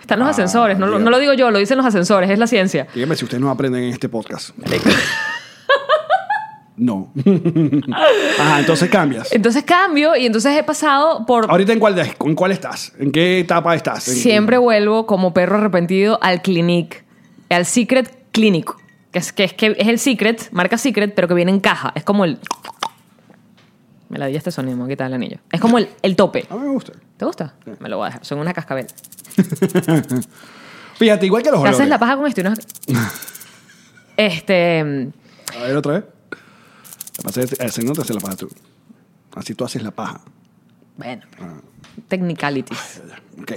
Speaker 2: Están los ascensores. No, lo-
Speaker 1: Ah, Dios.
Speaker 2: no lo digo yo, lo dicen los ascensores. Es la ciencia.
Speaker 1: Dígame si ustedes no aprenden en este podcast. no. Ajá, entonces cambias.
Speaker 2: Entonces cambio y entonces he pasado por...
Speaker 1: Ahorita en cuál, de- en cuál estás? ¿En qué etapa estás? ¿En-
Speaker 2: Siempre vuelvo como perro arrepentido al clinic. Al secret clinic. que es, que es, que es el Secret, marca Secret, pero que viene en caja. Es como el... Me la di este sonido, me voy a quitar el anillo. Es como el, el tope.
Speaker 1: A mí me gusta.
Speaker 2: ¿Te gusta? Me lo voy a dejar. Son una cascabel.
Speaker 1: Fíjate, igual que los
Speaker 2: Te
Speaker 1: olores.
Speaker 2: haces la paja con esto y no... Este...
Speaker 1: A ver otra vez. La pasa es- eh, Ese no te hace la paja tú. Así tú haces la paja.
Speaker 2: Bueno. Technicalities.
Speaker 1: Ok.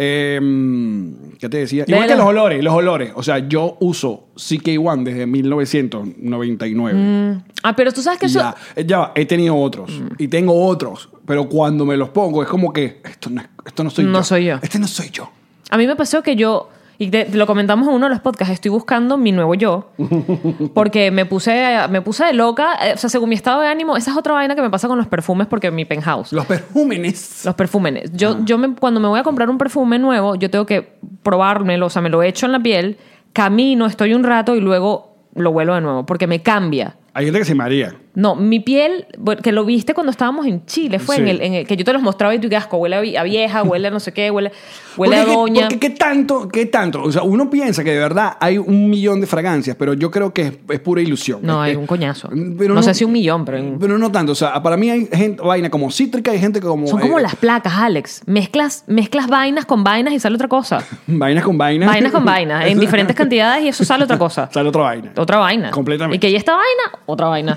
Speaker 1: Em, ¿Qué te decía?
Speaker 2: De
Speaker 1: Igual que
Speaker 2: los-
Speaker 1: los olores, los olores. O sea, yo uso CK1 desde 1999.
Speaker 2: Ah, pero tú sabes que eso... Mm.
Speaker 1: Ya, eh, ya va, he tenido otros y tengo otros, pero cuando me los pongo es como que esto no, es- esto no soy yo.
Speaker 2: No soy yo.
Speaker 1: Este no soy yo.
Speaker 2: A mí me pasó que yo, y te- te lo comentamos en uno de los podcasts, estoy buscando mi nuevo yo, porque me puse, me puse de loca, eh, o sea, según mi estado de ánimo, esa es otra vaina que me pasa con los perfumes, porque mi penthouse.
Speaker 1: Los perfúmenes.
Speaker 2: Los perfumes. Yo, yo me, cuando me voy a comprar un perfume nuevo, yo tengo que probármelo, o sea, me lo echo en la piel, camino, estoy un rato y luego lo vuelo de nuevo, porque me cambia.
Speaker 1: Hay gente que se maría.
Speaker 2: No, mi piel, bueno, que lo viste cuando estábamos en Chile, fue
Speaker 1: Sí.
Speaker 2: en, el, en el- que yo te los mostraba y tú que asco, huele a vi- a vieja, huele a no sé qué, huele, huele
Speaker 1: Porque, qué-
Speaker 2: a doña.
Speaker 1: porque qué tanto, qué tanto. O sea, uno piensa que de verdad hay un millón de fragancias, pero yo creo que es, es pura ilusión.
Speaker 2: No,
Speaker 1: Es
Speaker 2: hay
Speaker 1: que- mm,
Speaker 2: un coñazo. No sé si un millón, pero hay un-
Speaker 1: Pero no tanto. O sea, para mí hay gente, vaina como cítrica, hay gente que como.
Speaker 2: Son como
Speaker 1: eh,
Speaker 2: las placas, Alex. Mezclas, mezclas vainas con vainas y sale otra cosa.
Speaker 1: Vainas con vainas.
Speaker 2: Vainas con vainas, en diferentes cantidades y eso sale otra cosa.
Speaker 1: Sale otra vaina.
Speaker 2: Otra vaina.
Speaker 1: Completamente.
Speaker 2: Y que ya esta vaina, otra vaina.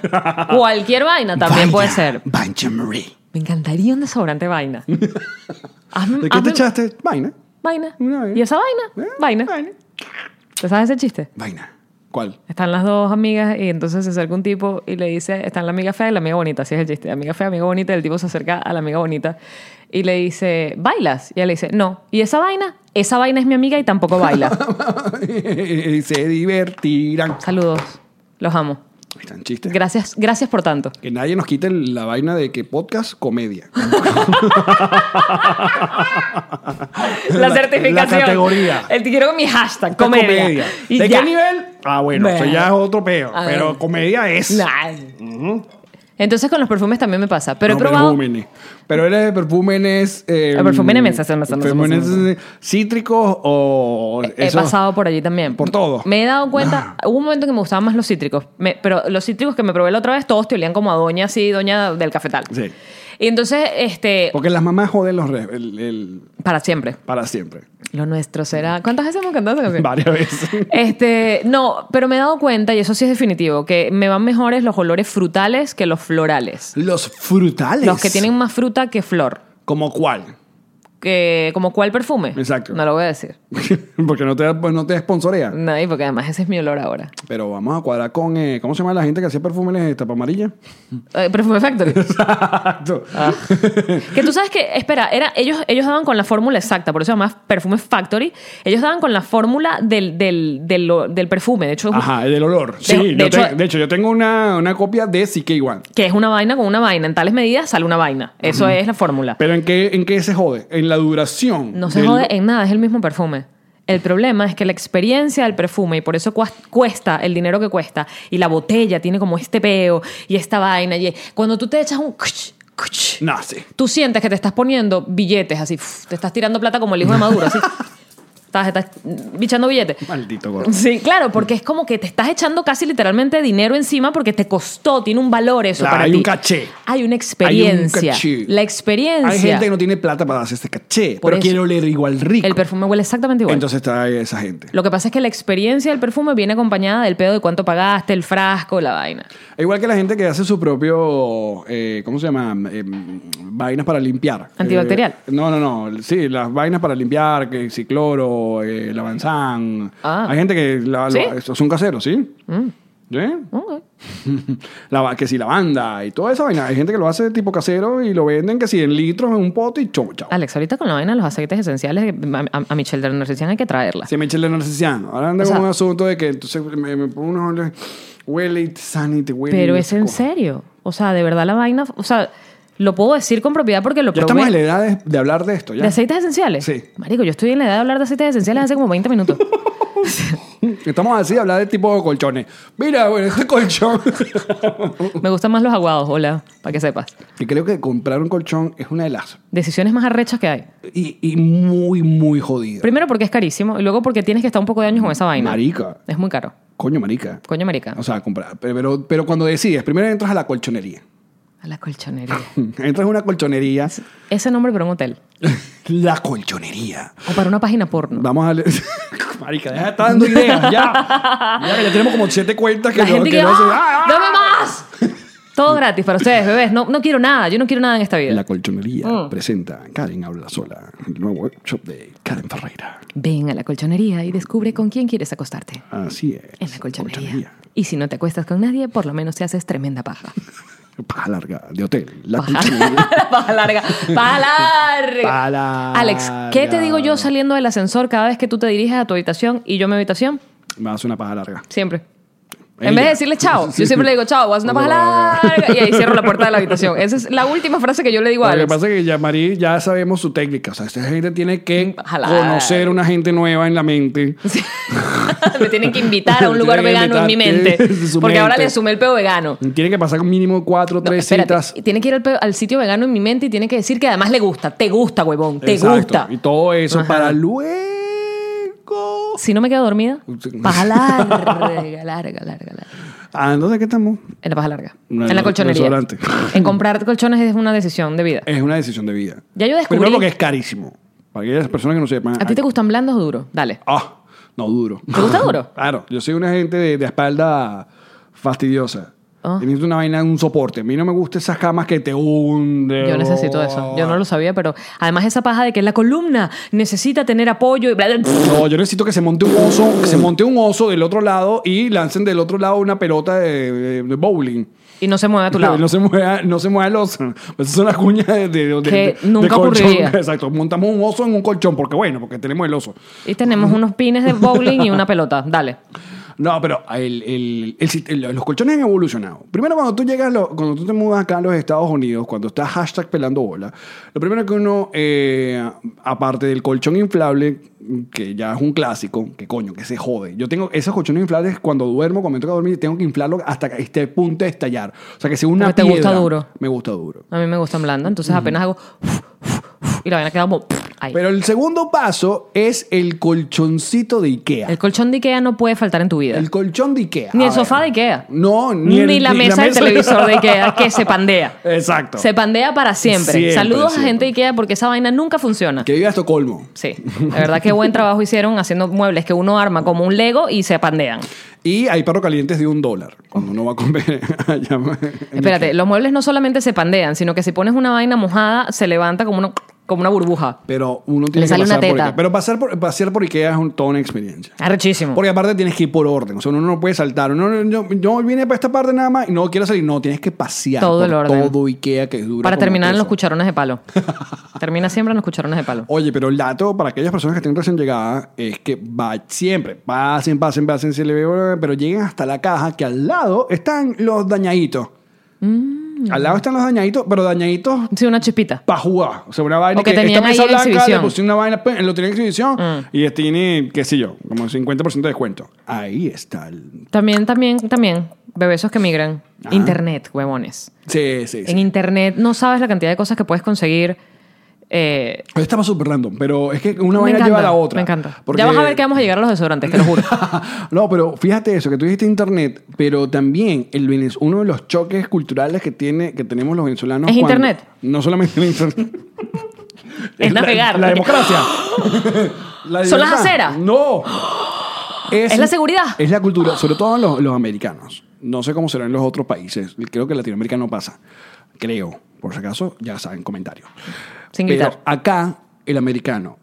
Speaker 2: Cualquier vaina también
Speaker 1: Vaina.
Speaker 2: puede ser.
Speaker 1: Vaina Marie.
Speaker 2: Me encantaría un desodorante vaina. Hazme-
Speaker 1: ¿De qué te
Speaker 2: hazme-
Speaker 1: echaste? Vaina.
Speaker 2: Vaina.
Speaker 1: Una vaina.
Speaker 2: ¿Y esa vaina?
Speaker 1: Eh,
Speaker 2: Vaina.
Speaker 1: Vaina.
Speaker 2: ¿Te sabes ese chiste?
Speaker 1: Vaina. ¿Cuál?
Speaker 2: Están las dos amigas y entonces se acerca un tipo y le dice, están la amiga fea y la amiga bonita, así es el chiste, amiga fea, amiga bonita, el tipo se acerca a la amiga bonita y le dice, ¿bailas? Y ella le dice, no. ¿Y esa vaina? Esa vaina es mi amiga y tampoco baila.
Speaker 1: Y se divertirán.
Speaker 2: Saludos, los amo.
Speaker 1: Ahí están chistes.
Speaker 2: Gracias, gracias por tanto.
Speaker 1: que nadie nos quite la vaina de que podcast, comedia.
Speaker 2: La,
Speaker 1: La-
Speaker 2: certificación.
Speaker 1: la categoría.
Speaker 2: El, quiero mi hashtag, comedia. Y
Speaker 1: ¿De
Speaker 2: ya.
Speaker 1: qué nivel? Ah, bueno,
Speaker 2: Bueno.
Speaker 1: eso ya es otro peo.
Speaker 2: Ah.
Speaker 1: Pero comedia es.
Speaker 2: Ay. Entonces con los perfumes también me pasa, pero
Speaker 1: No,
Speaker 2: he probado...
Speaker 1: perfúmenes. Pero eres de perfúmenes. eh,
Speaker 2: El perfúmenes me hace- me hace- me hace-
Speaker 1: perfúmenes,
Speaker 2: me hace-
Speaker 1: eh, cítricos o.
Speaker 2: He
Speaker 1: esos-
Speaker 2: pasado por allí también.
Speaker 1: Por todo.
Speaker 2: Me he dado cuenta, hubo un momento que me gustaban más los cítricos, Me- pero los cítricos que me probé la otra vez, todos te olían como a doña, así, doña del cafetal.
Speaker 1: Sí.
Speaker 2: Y entonces, este,
Speaker 1: Porque las mamás joden los re- el- el-
Speaker 2: para siempre.
Speaker 1: para siempre.
Speaker 2: Lo nuestro será. ¿Cuántas veces hemos cantado esa canción?
Speaker 1: Varias veces.
Speaker 2: Este, no, pero me he dado cuenta, y eso sí es definitivo, que me van mejores los olores frutales que los florales.
Speaker 1: Los frutales.
Speaker 2: Los que tienen más fruta que flor.
Speaker 1: ¿Como cuál?
Speaker 2: Que, ¿Como cuál perfume?
Speaker 1: Exacto.
Speaker 2: No lo voy a decir.
Speaker 1: Porque no te, pues, no te sponsorea.
Speaker 2: No, y porque además ese es mi olor ahora.
Speaker 1: Pero vamos a cuadrar con. eh, ¿Cómo se llama la gente que hacía perfumes de tapa amarilla?
Speaker 2: Eh, perfume Factory.
Speaker 1: Exacto.
Speaker 2: Ah, Que tú sabes que, espera, era, ellos, ellos daban con la fórmula exacta, por eso se llama Perfume Factory. Ellos daban con la fórmula del, del, del, lo- del perfume, de hecho,
Speaker 1: Ajá, el del olor. sí,
Speaker 2: de
Speaker 1: yo te- de,
Speaker 2: hecho-
Speaker 1: hecho, yo tengo una, una copia de CK1.
Speaker 2: que es una vaina con una vaina. En tales medidas sale una vaina. Eso es la fórmula.
Speaker 1: ¿Pero en qué, en qué se jode? En la duración.
Speaker 2: No se
Speaker 1: del-
Speaker 2: jode eh. en nada, es el mismo perfume. El problema es que la experiencia del perfume, y por eso cuas- cuesta el dinero que cuesta, y la botella tiene como este peo y esta vaina, y cuando tú te echas un... kuch, kuch,
Speaker 1: No, sí.
Speaker 2: tú sientes que te estás poniendo billetes así, uf, te estás tirando plata como el hijo de Maduro, así. Estás, estás bichando billetes.
Speaker 1: Maldito gordo.
Speaker 2: Sí, claro, porque es como que te estás echando casi literalmente dinero encima porque te costó, tiene un valor eso
Speaker 1: Claro,
Speaker 2: para
Speaker 1: hay
Speaker 2: ti.
Speaker 1: un caché.
Speaker 2: Hay una experiencia.
Speaker 1: caché.
Speaker 2: La experiencia.
Speaker 1: Hay gente que no tiene plata para hacer este caché,
Speaker 2: Por
Speaker 1: pero
Speaker 2: eso.
Speaker 1: quiere oler igual rico.
Speaker 2: El perfume huele exactamente igual.
Speaker 1: Entonces está esa gente.
Speaker 2: Lo que pasa es que la experiencia del perfume viene acompañada del pedo de cuánto pagaste, el frasco, la vaina.
Speaker 1: Igual que la gente que hace su propio, eh, ¿cómo se llama? Eh, vainas para limpiar.
Speaker 2: Antibacterial.
Speaker 1: Eh, no, no, no. Sí, las vainas para limpiar, que cicloro, eh, lavanzán.
Speaker 2: Ah.
Speaker 1: Hay gente que la- lo-
Speaker 2: ¿Sí? Mm.
Speaker 1: esos son caseros, ¿sí? ¿Sí?
Speaker 2: Ok.
Speaker 1: La- que si lavanda y toda esa vaina. Hay gente que lo hace tipo casero y lo venden que si en litros en un pote y chau, chau.
Speaker 2: Alex, ahorita con la vaina de los aceites esenciales, a, a- a Michelle de la Nutrición hay que traerla.
Speaker 1: Se me echa el narcisano. Ahora anda
Speaker 2: O
Speaker 1: con
Speaker 2: sea-
Speaker 1: un asunto de que entonces me, me pongo unos olores, huele y te sana y te huele.
Speaker 2: Pero
Speaker 1: y
Speaker 2: es
Speaker 1: esas
Speaker 2: en
Speaker 1: cosas.
Speaker 2: serio. O sea, de verdad la vaina. O sea, lo puedo decir con propiedad porque lo
Speaker 1: Ya
Speaker 2: probé.
Speaker 1: estamos en la edad de, de hablar de esto,
Speaker 2: ¿De
Speaker 1: ¿ya?
Speaker 2: aceites esenciales?
Speaker 1: Sí.
Speaker 2: Marico, yo estoy en la edad de hablar de aceites esenciales hace como 20 minutos.
Speaker 1: Estamos así, hablar de tipo de colchones. Mira, bueno, este colchón.
Speaker 2: Me gustan más los aguados, hola, para que sepas.
Speaker 1: que creo que comprar un colchón es una de las.
Speaker 2: Decisiones más arrechas que hay.
Speaker 1: Y, y muy, muy jodida.
Speaker 2: Primero porque es carísimo y luego porque tienes que estar un poco de años con esa vaina.
Speaker 1: Marica.
Speaker 2: Es muy caro.
Speaker 1: Coño, marica.
Speaker 2: Coño, marica.
Speaker 1: O sea, comprar. Pero, pero cuando decides, primero entras a la colchonería.
Speaker 2: A la colchonería.
Speaker 1: Entras a una colchonería.
Speaker 2: Ese nombre para un hotel.
Speaker 1: La colchonería.
Speaker 2: O para una página porno.
Speaker 1: Vamos a... le- Marica, deja de estar dando ideas, ya. Ya que ya tenemos como siete cuentas que
Speaker 2: la
Speaker 1: yo-
Speaker 2: gente que,
Speaker 1: yo hace-
Speaker 2: ¡Ah!
Speaker 1: ¡Ah!
Speaker 2: ¡Dame más! Todo gratis para ustedes, bebés. No, no quiero nada. Yo no quiero nada en esta vida.
Speaker 1: La colchonería
Speaker 2: Mm.
Speaker 1: presenta Karen Habla Sola, el nuevo workshop de Karen Ferreira.
Speaker 2: Ven a la colchonería y descubre con quién quieres acostarte.
Speaker 1: Así es.
Speaker 2: En la colchonería. Y si no te acuestas con nadie, por lo menos te haces tremenda paja.
Speaker 1: Paja larga de hotel. La
Speaker 2: Paja,
Speaker 1: colchonería.
Speaker 2: paja larga. Paja larga.
Speaker 1: Paja larga.
Speaker 2: Alex, ¿qué te digo yo saliendo del ascensor cada vez que tú te diriges a tu habitación y yo a mi habitación?
Speaker 1: Me hace una paja larga.
Speaker 2: Siempre.
Speaker 1: Ella.
Speaker 2: En vez de decirle chao, yo siempre le digo chao, vas una paja larga y ahí cierro la puerta de la habitación. Esa es la última frase que yo le digo a
Speaker 1: Lo que
Speaker 2: Alex.
Speaker 1: pasa es que ya, Marí, ya sabemos su técnica. O sea, esta gente tiene que
Speaker 2: Jalar.
Speaker 1: conocer una gente nueva en la mente.
Speaker 2: Mm, Sí. Me tienen que invitar a un
Speaker 1: Me
Speaker 2: lugar
Speaker 1: tienen que
Speaker 2: vegano en mi
Speaker 1: invitar,
Speaker 2: mente.
Speaker 1: sí, su
Speaker 2: Porque ahora
Speaker 1: mente.
Speaker 2: le asumí el peo vegano.
Speaker 1: Tiene que pasar mínimo cuatro o
Speaker 2: No,
Speaker 1: tres
Speaker 2: espérate.
Speaker 1: citas.
Speaker 2: Y Tiene que ir al, pe- al sitio vegano en mi mente y tiene que decir que además le gusta. Te gusta, huevón. Te
Speaker 1: Exacto.
Speaker 2: gusta.
Speaker 1: Y todo eso
Speaker 2: Ajá.
Speaker 1: para luego.
Speaker 2: Si no me quedo dormida,
Speaker 1: Sí.
Speaker 2: paja larga, larga, larga, larga.
Speaker 1: Ah, entonces, ¿qué estamos?
Speaker 2: En la paja larga.
Speaker 1: No,
Speaker 2: en
Speaker 1: no,
Speaker 2: la colchonería.
Speaker 1: restaurante.
Speaker 2: En comprar colchones es una decisión de vida.
Speaker 1: Es una decisión de vida.
Speaker 2: Ya yo descubrí-
Speaker 1: Primero porque es carísimo. Para aquellas personas que no sepan.
Speaker 2: ¿A ti te gustan blandos o duros? Dale.
Speaker 1: Ah, no, duro.
Speaker 2: ¿Te gusta duro?
Speaker 1: claro, yo soy una gente de, de espalda fastidiosa.
Speaker 2: Ah.
Speaker 1: Yo Necesito una vaina, un soporte. A mí no me gustan esas camas que te hunden.
Speaker 2: Yo necesito
Speaker 1: Oh.
Speaker 2: eso. Yo no lo sabía, pero además esa paja de que la columna necesita tener apoyo y bla, bla, bla.
Speaker 1: No, yo necesito que se monte un oso, que se monte un oso del otro lado y lancen del otro lado una pelota de, de- de bowling.
Speaker 2: y no se mueve a tu lado.
Speaker 1: No se mueva, no se mueva el oso. Esas son las cuñas de, de, de-
Speaker 2: Que
Speaker 1: de-
Speaker 2: nunca
Speaker 1: de colchón.
Speaker 2: ocurriría.
Speaker 1: Exacto. Montamos un oso en un colchón, porque bueno, porque tenemos el oso.
Speaker 2: Y tenemos unos pines de bowling y una pelota. Dale.
Speaker 1: No, pero el- el- el- el- los colchones han evolucionado. Primero, cuando tú llegas, lo- cuando tú te mudas acá a los Estados Unidos, cuando estás hashtag pelando bola, lo primero que uno, eh, aparte del colchón inflable, que ya es un clásico, que coño, que se jode. Yo tengo esos colchones inflables cuando duermo, cuando me toca dormir, tengo que inflarlo hasta que esté a punto de estallar. O sea, que si una
Speaker 2: Porque te gusta
Speaker 1: piedra-
Speaker 2: duro.
Speaker 1: Me gusta duro.
Speaker 2: A mí me gustan blandas, entonces apenas hago y la vaina queda como ahí.
Speaker 1: Pero el segundo paso es el colchoncito de Ikea.
Speaker 2: el colchón de Ikea no puede faltar en tu vida.
Speaker 1: El colchón de Ikea.
Speaker 2: Este. Ni
Speaker 1: A
Speaker 2: el sofá
Speaker 1: ver.
Speaker 2: de Ikea.
Speaker 1: No, ni, el-
Speaker 2: Ni la mesa del televisor de Ikea que se pandea.
Speaker 1: Exacto.
Speaker 2: Se pandea para siempre.
Speaker 1: Siempre,
Speaker 2: Saludos a
Speaker 1: siempre.
Speaker 2: gente de Ikea porque esa vaina nunca funciona.
Speaker 1: Que viva Estocolmo.
Speaker 2: Sí, la verdad que buen trabajo hicieron haciendo muebles que uno arma como un Lego y se pandean.
Speaker 1: Y hay perros calientes de un dólar cuando uno va a comer allá. en
Speaker 2: Espérate,
Speaker 1: Ikea.
Speaker 2: los muebles no solamente se pandean, sino que si pones una vaina mojada se levanta como una, como una burbuja.
Speaker 1: Pero uno tiene
Speaker 2: Le
Speaker 1: que
Speaker 2: sale una
Speaker 1: pasar por
Speaker 2: teta.
Speaker 1: Ikea. Pero pasar por, pasear por Ikea es un- toda una experiencia.
Speaker 2: Arrechísimo.
Speaker 1: Porque aparte tienes que ir por orden. O sea, uno no puede saltar. Uno, no- yo, yo vine para esta parte nada más y no quiero salir. No, tienes que pasear
Speaker 2: Todo
Speaker 1: por
Speaker 2: el orden.
Speaker 1: todo Ikea que dura.
Speaker 2: Para
Speaker 1: como
Speaker 2: terminar en
Speaker 1: tres
Speaker 2: los
Speaker 1: horas.
Speaker 2: cucharones de palo. Termina siempre en los cucharones de palo.
Speaker 1: Oye, pero el dato para aquellas personas que estén recién llegadas es que va siempre, pasen, pasen, pasen, se le ve, pero lleguen hasta la caja que al lado están los dañaditos.
Speaker 2: Mm.
Speaker 1: Al lado están los dañaditos, pero dañaditos
Speaker 2: Sí, una chispita.
Speaker 1: para jugar. O sea, una vaina
Speaker 2: O que tenían
Speaker 1: esta mesa
Speaker 2: ahí en
Speaker 1: blanca
Speaker 2: exhibición. Mm.
Speaker 1: le pusieron una vaina, pum, lo tenía en exhibición y este tiene, qué sé yo, como 50% de descuento. Ahí está el...
Speaker 2: También, también, también. Bebesos que migran.
Speaker 1: Ajá.
Speaker 2: Internet, huevones.
Speaker 1: Sí, sí, sí.
Speaker 2: En internet no sabes la cantidad de cosas que puedes conseguir. Eh,
Speaker 1: Yo Estaba súper random, pero es que una
Speaker 2: me
Speaker 1: vaina
Speaker 2: encanta,
Speaker 1: lleva a la otra.
Speaker 2: Me encanta.
Speaker 1: Porque-
Speaker 2: Ya vas a ver que vamos a llegar a los desodorantes, te lo juro.
Speaker 1: no, pero fíjate eso, que tú dijiste internet, pero también el Venez- uno de los choques culturales que, tiene, que tenemos los venezolanos.
Speaker 2: ¿Es
Speaker 1: cuando-
Speaker 2: internet?
Speaker 1: No solamente el internet.
Speaker 2: Es
Speaker 1: la-
Speaker 2: navegar.
Speaker 1: La, democracia. La
Speaker 2: ¿Son las
Speaker 1: libertad.
Speaker 2: aceras?
Speaker 1: No.
Speaker 2: ¿Es la seguridad?
Speaker 1: Es la cultura, sobre todo los, los americanos. No sé cómo será en los otros países. Creo que en Latinoamérica no pasa. Creo. Por si acaso, ya saben, comentarios.
Speaker 2: Sin
Speaker 1: Pero
Speaker 2: gritar.
Speaker 1: acá, el americano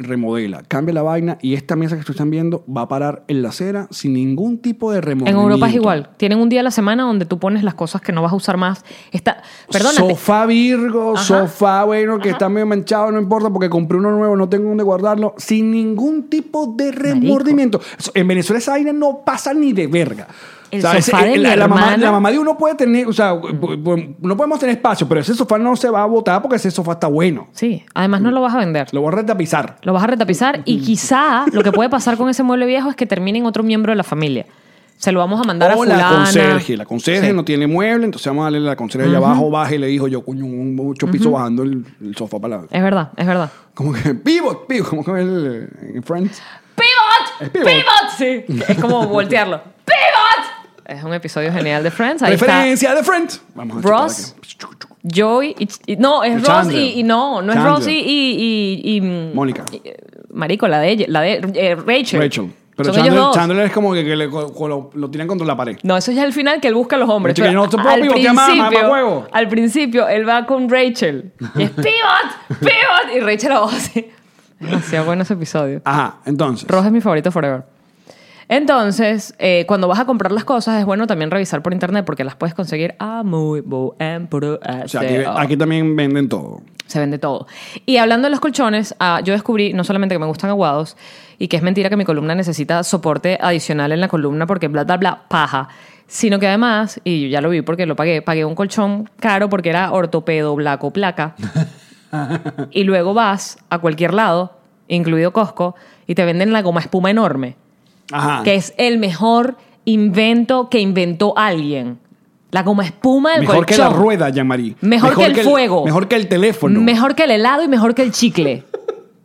Speaker 1: remodela, cambia la vaina y esta mesa que ustedes están viendo va a parar en la acera sin ningún tipo de
Speaker 2: En
Speaker 1: remodelamiento.
Speaker 2: Europa es igual. Tienen un día a la semana donde tú pones las cosas que no vas a usar más. Está, perdónate.
Speaker 1: Sofá Virgo,
Speaker 2: Ajá.
Speaker 1: sofá bueno, que está medio manchado, no importa, porque compré uno nuevo, no tengo dónde guardarlo, sin ningún tipo de remordimiento. Eso- En Venezuela esa vaina no pasa ni de verga.
Speaker 2: El
Speaker 1: O sea, eh,
Speaker 2: sofá de mi
Speaker 1: la, la mamá,
Speaker 2: hermana-
Speaker 1: la mamá de uno puede tener, o sea, pu- pu- no podemos tener espacio, pero ese sofá no se va a botar porque ese sofá está bueno.
Speaker 2: Sí, además no lo vas a vender.
Speaker 1: Lo voy a retapizar.
Speaker 2: Lo vas a retapizar y quizá lo que puede pasar con ese mueble viejo es que termine en otro miembro de la familia. Se lo vamos a mandar
Speaker 1: o
Speaker 2: a fulana.
Speaker 1: la conserje. La conserje
Speaker 2: Sí.
Speaker 1: no tiene mueble, entonces vamos a darle a la conserje allá abajo, baja y le dijo yo, coño, un ocho piso bajando el, el sofá para la...
Speaker 2: Es verdad, es verdad.
Speaker 1: Como que, pivot, pivot, como que el, en Friends.
Speaker 2: ¡Pivot!
Speaker 1: Es pivot.
Speaker 2: Sí, es como voltearlo. Es un episodio genial de Friends. Ahí está
Speaker 1: Referencia de Friends. Vamos a
Speaker 2: Ross,
Speaker 1: chutar aquí.
Speaker 2: Joey y, y- No, es Ross
Speaker 1: Chandler.
Speaker 2: y, y no, no es
Speaker 1: Chandler.
Speaker 2: Ross y. y, y- y, mm,
Speaker 1: Mónica.
Speaker 2: eh, Marico, la de ella, la de eh, Rachel.
Speaker 1: Rachel. Pero
Speaker 2: Son
Speaker 1: Chandler,
Speaker 2: ellos dos.
Speaker 1: Chandler es como que, que le co- co- lo, lo tiran contra la pared.
Speaker 2: No, eso es ya al final que él busca a los hombres.
Speaker 1: Chica,
Speaker 2: Pero
Speaker 1: no te puedo
Speaker 2: al,
Speaker 1: pivotear
Speaker 2: principio,
Speaker 1: más, mamahuevo.
Speaker 2: al principio, él va con Rachel. Y es pivot, pivot. Y Rachel la voz así. Demasiado bueno ese episodio.
Speaker 1: Ajá, entonces.
Speaker 2: Ross es mi favorito forever. Entonces, eh, cuando vas a comprar las cosas, es bueno también revisar por internet porque las puedes conseguir a muy buen precio.
Speaker 1: O sea, aquí,
Speaker 2: oh.
Speaker 1: aquí también venden todo.
Speaker 2: Se vende todo. Y hablando de los colchones, ah, yo descubrí no solamente que me gustan aguados y que es mentira que mi columna necesita soporte adicional en la columna porque bla, bla, bla, paja, sino que además, y yo ya lo vi porque lo pagué, pagué un colchón caro porque era ortopedo, blaco, placa. y luego vas a cualquier lado, incluido Costco, y te venden la goma espuma enorme,
Speaker 1: Ajá.
Speaker 2: que es el mejor invento que inventó alguien. La goma espuma del
Speaker 1: Mejor que
Speaker 2: colchón.
Speaker 1: la rueda, Jean-Marie.
Speaker 2: Mejor, que el fuego.
Speaker 1: Mejor que el teléfono.
Speaker 2: Mejor que el helado y mejor que el chicle.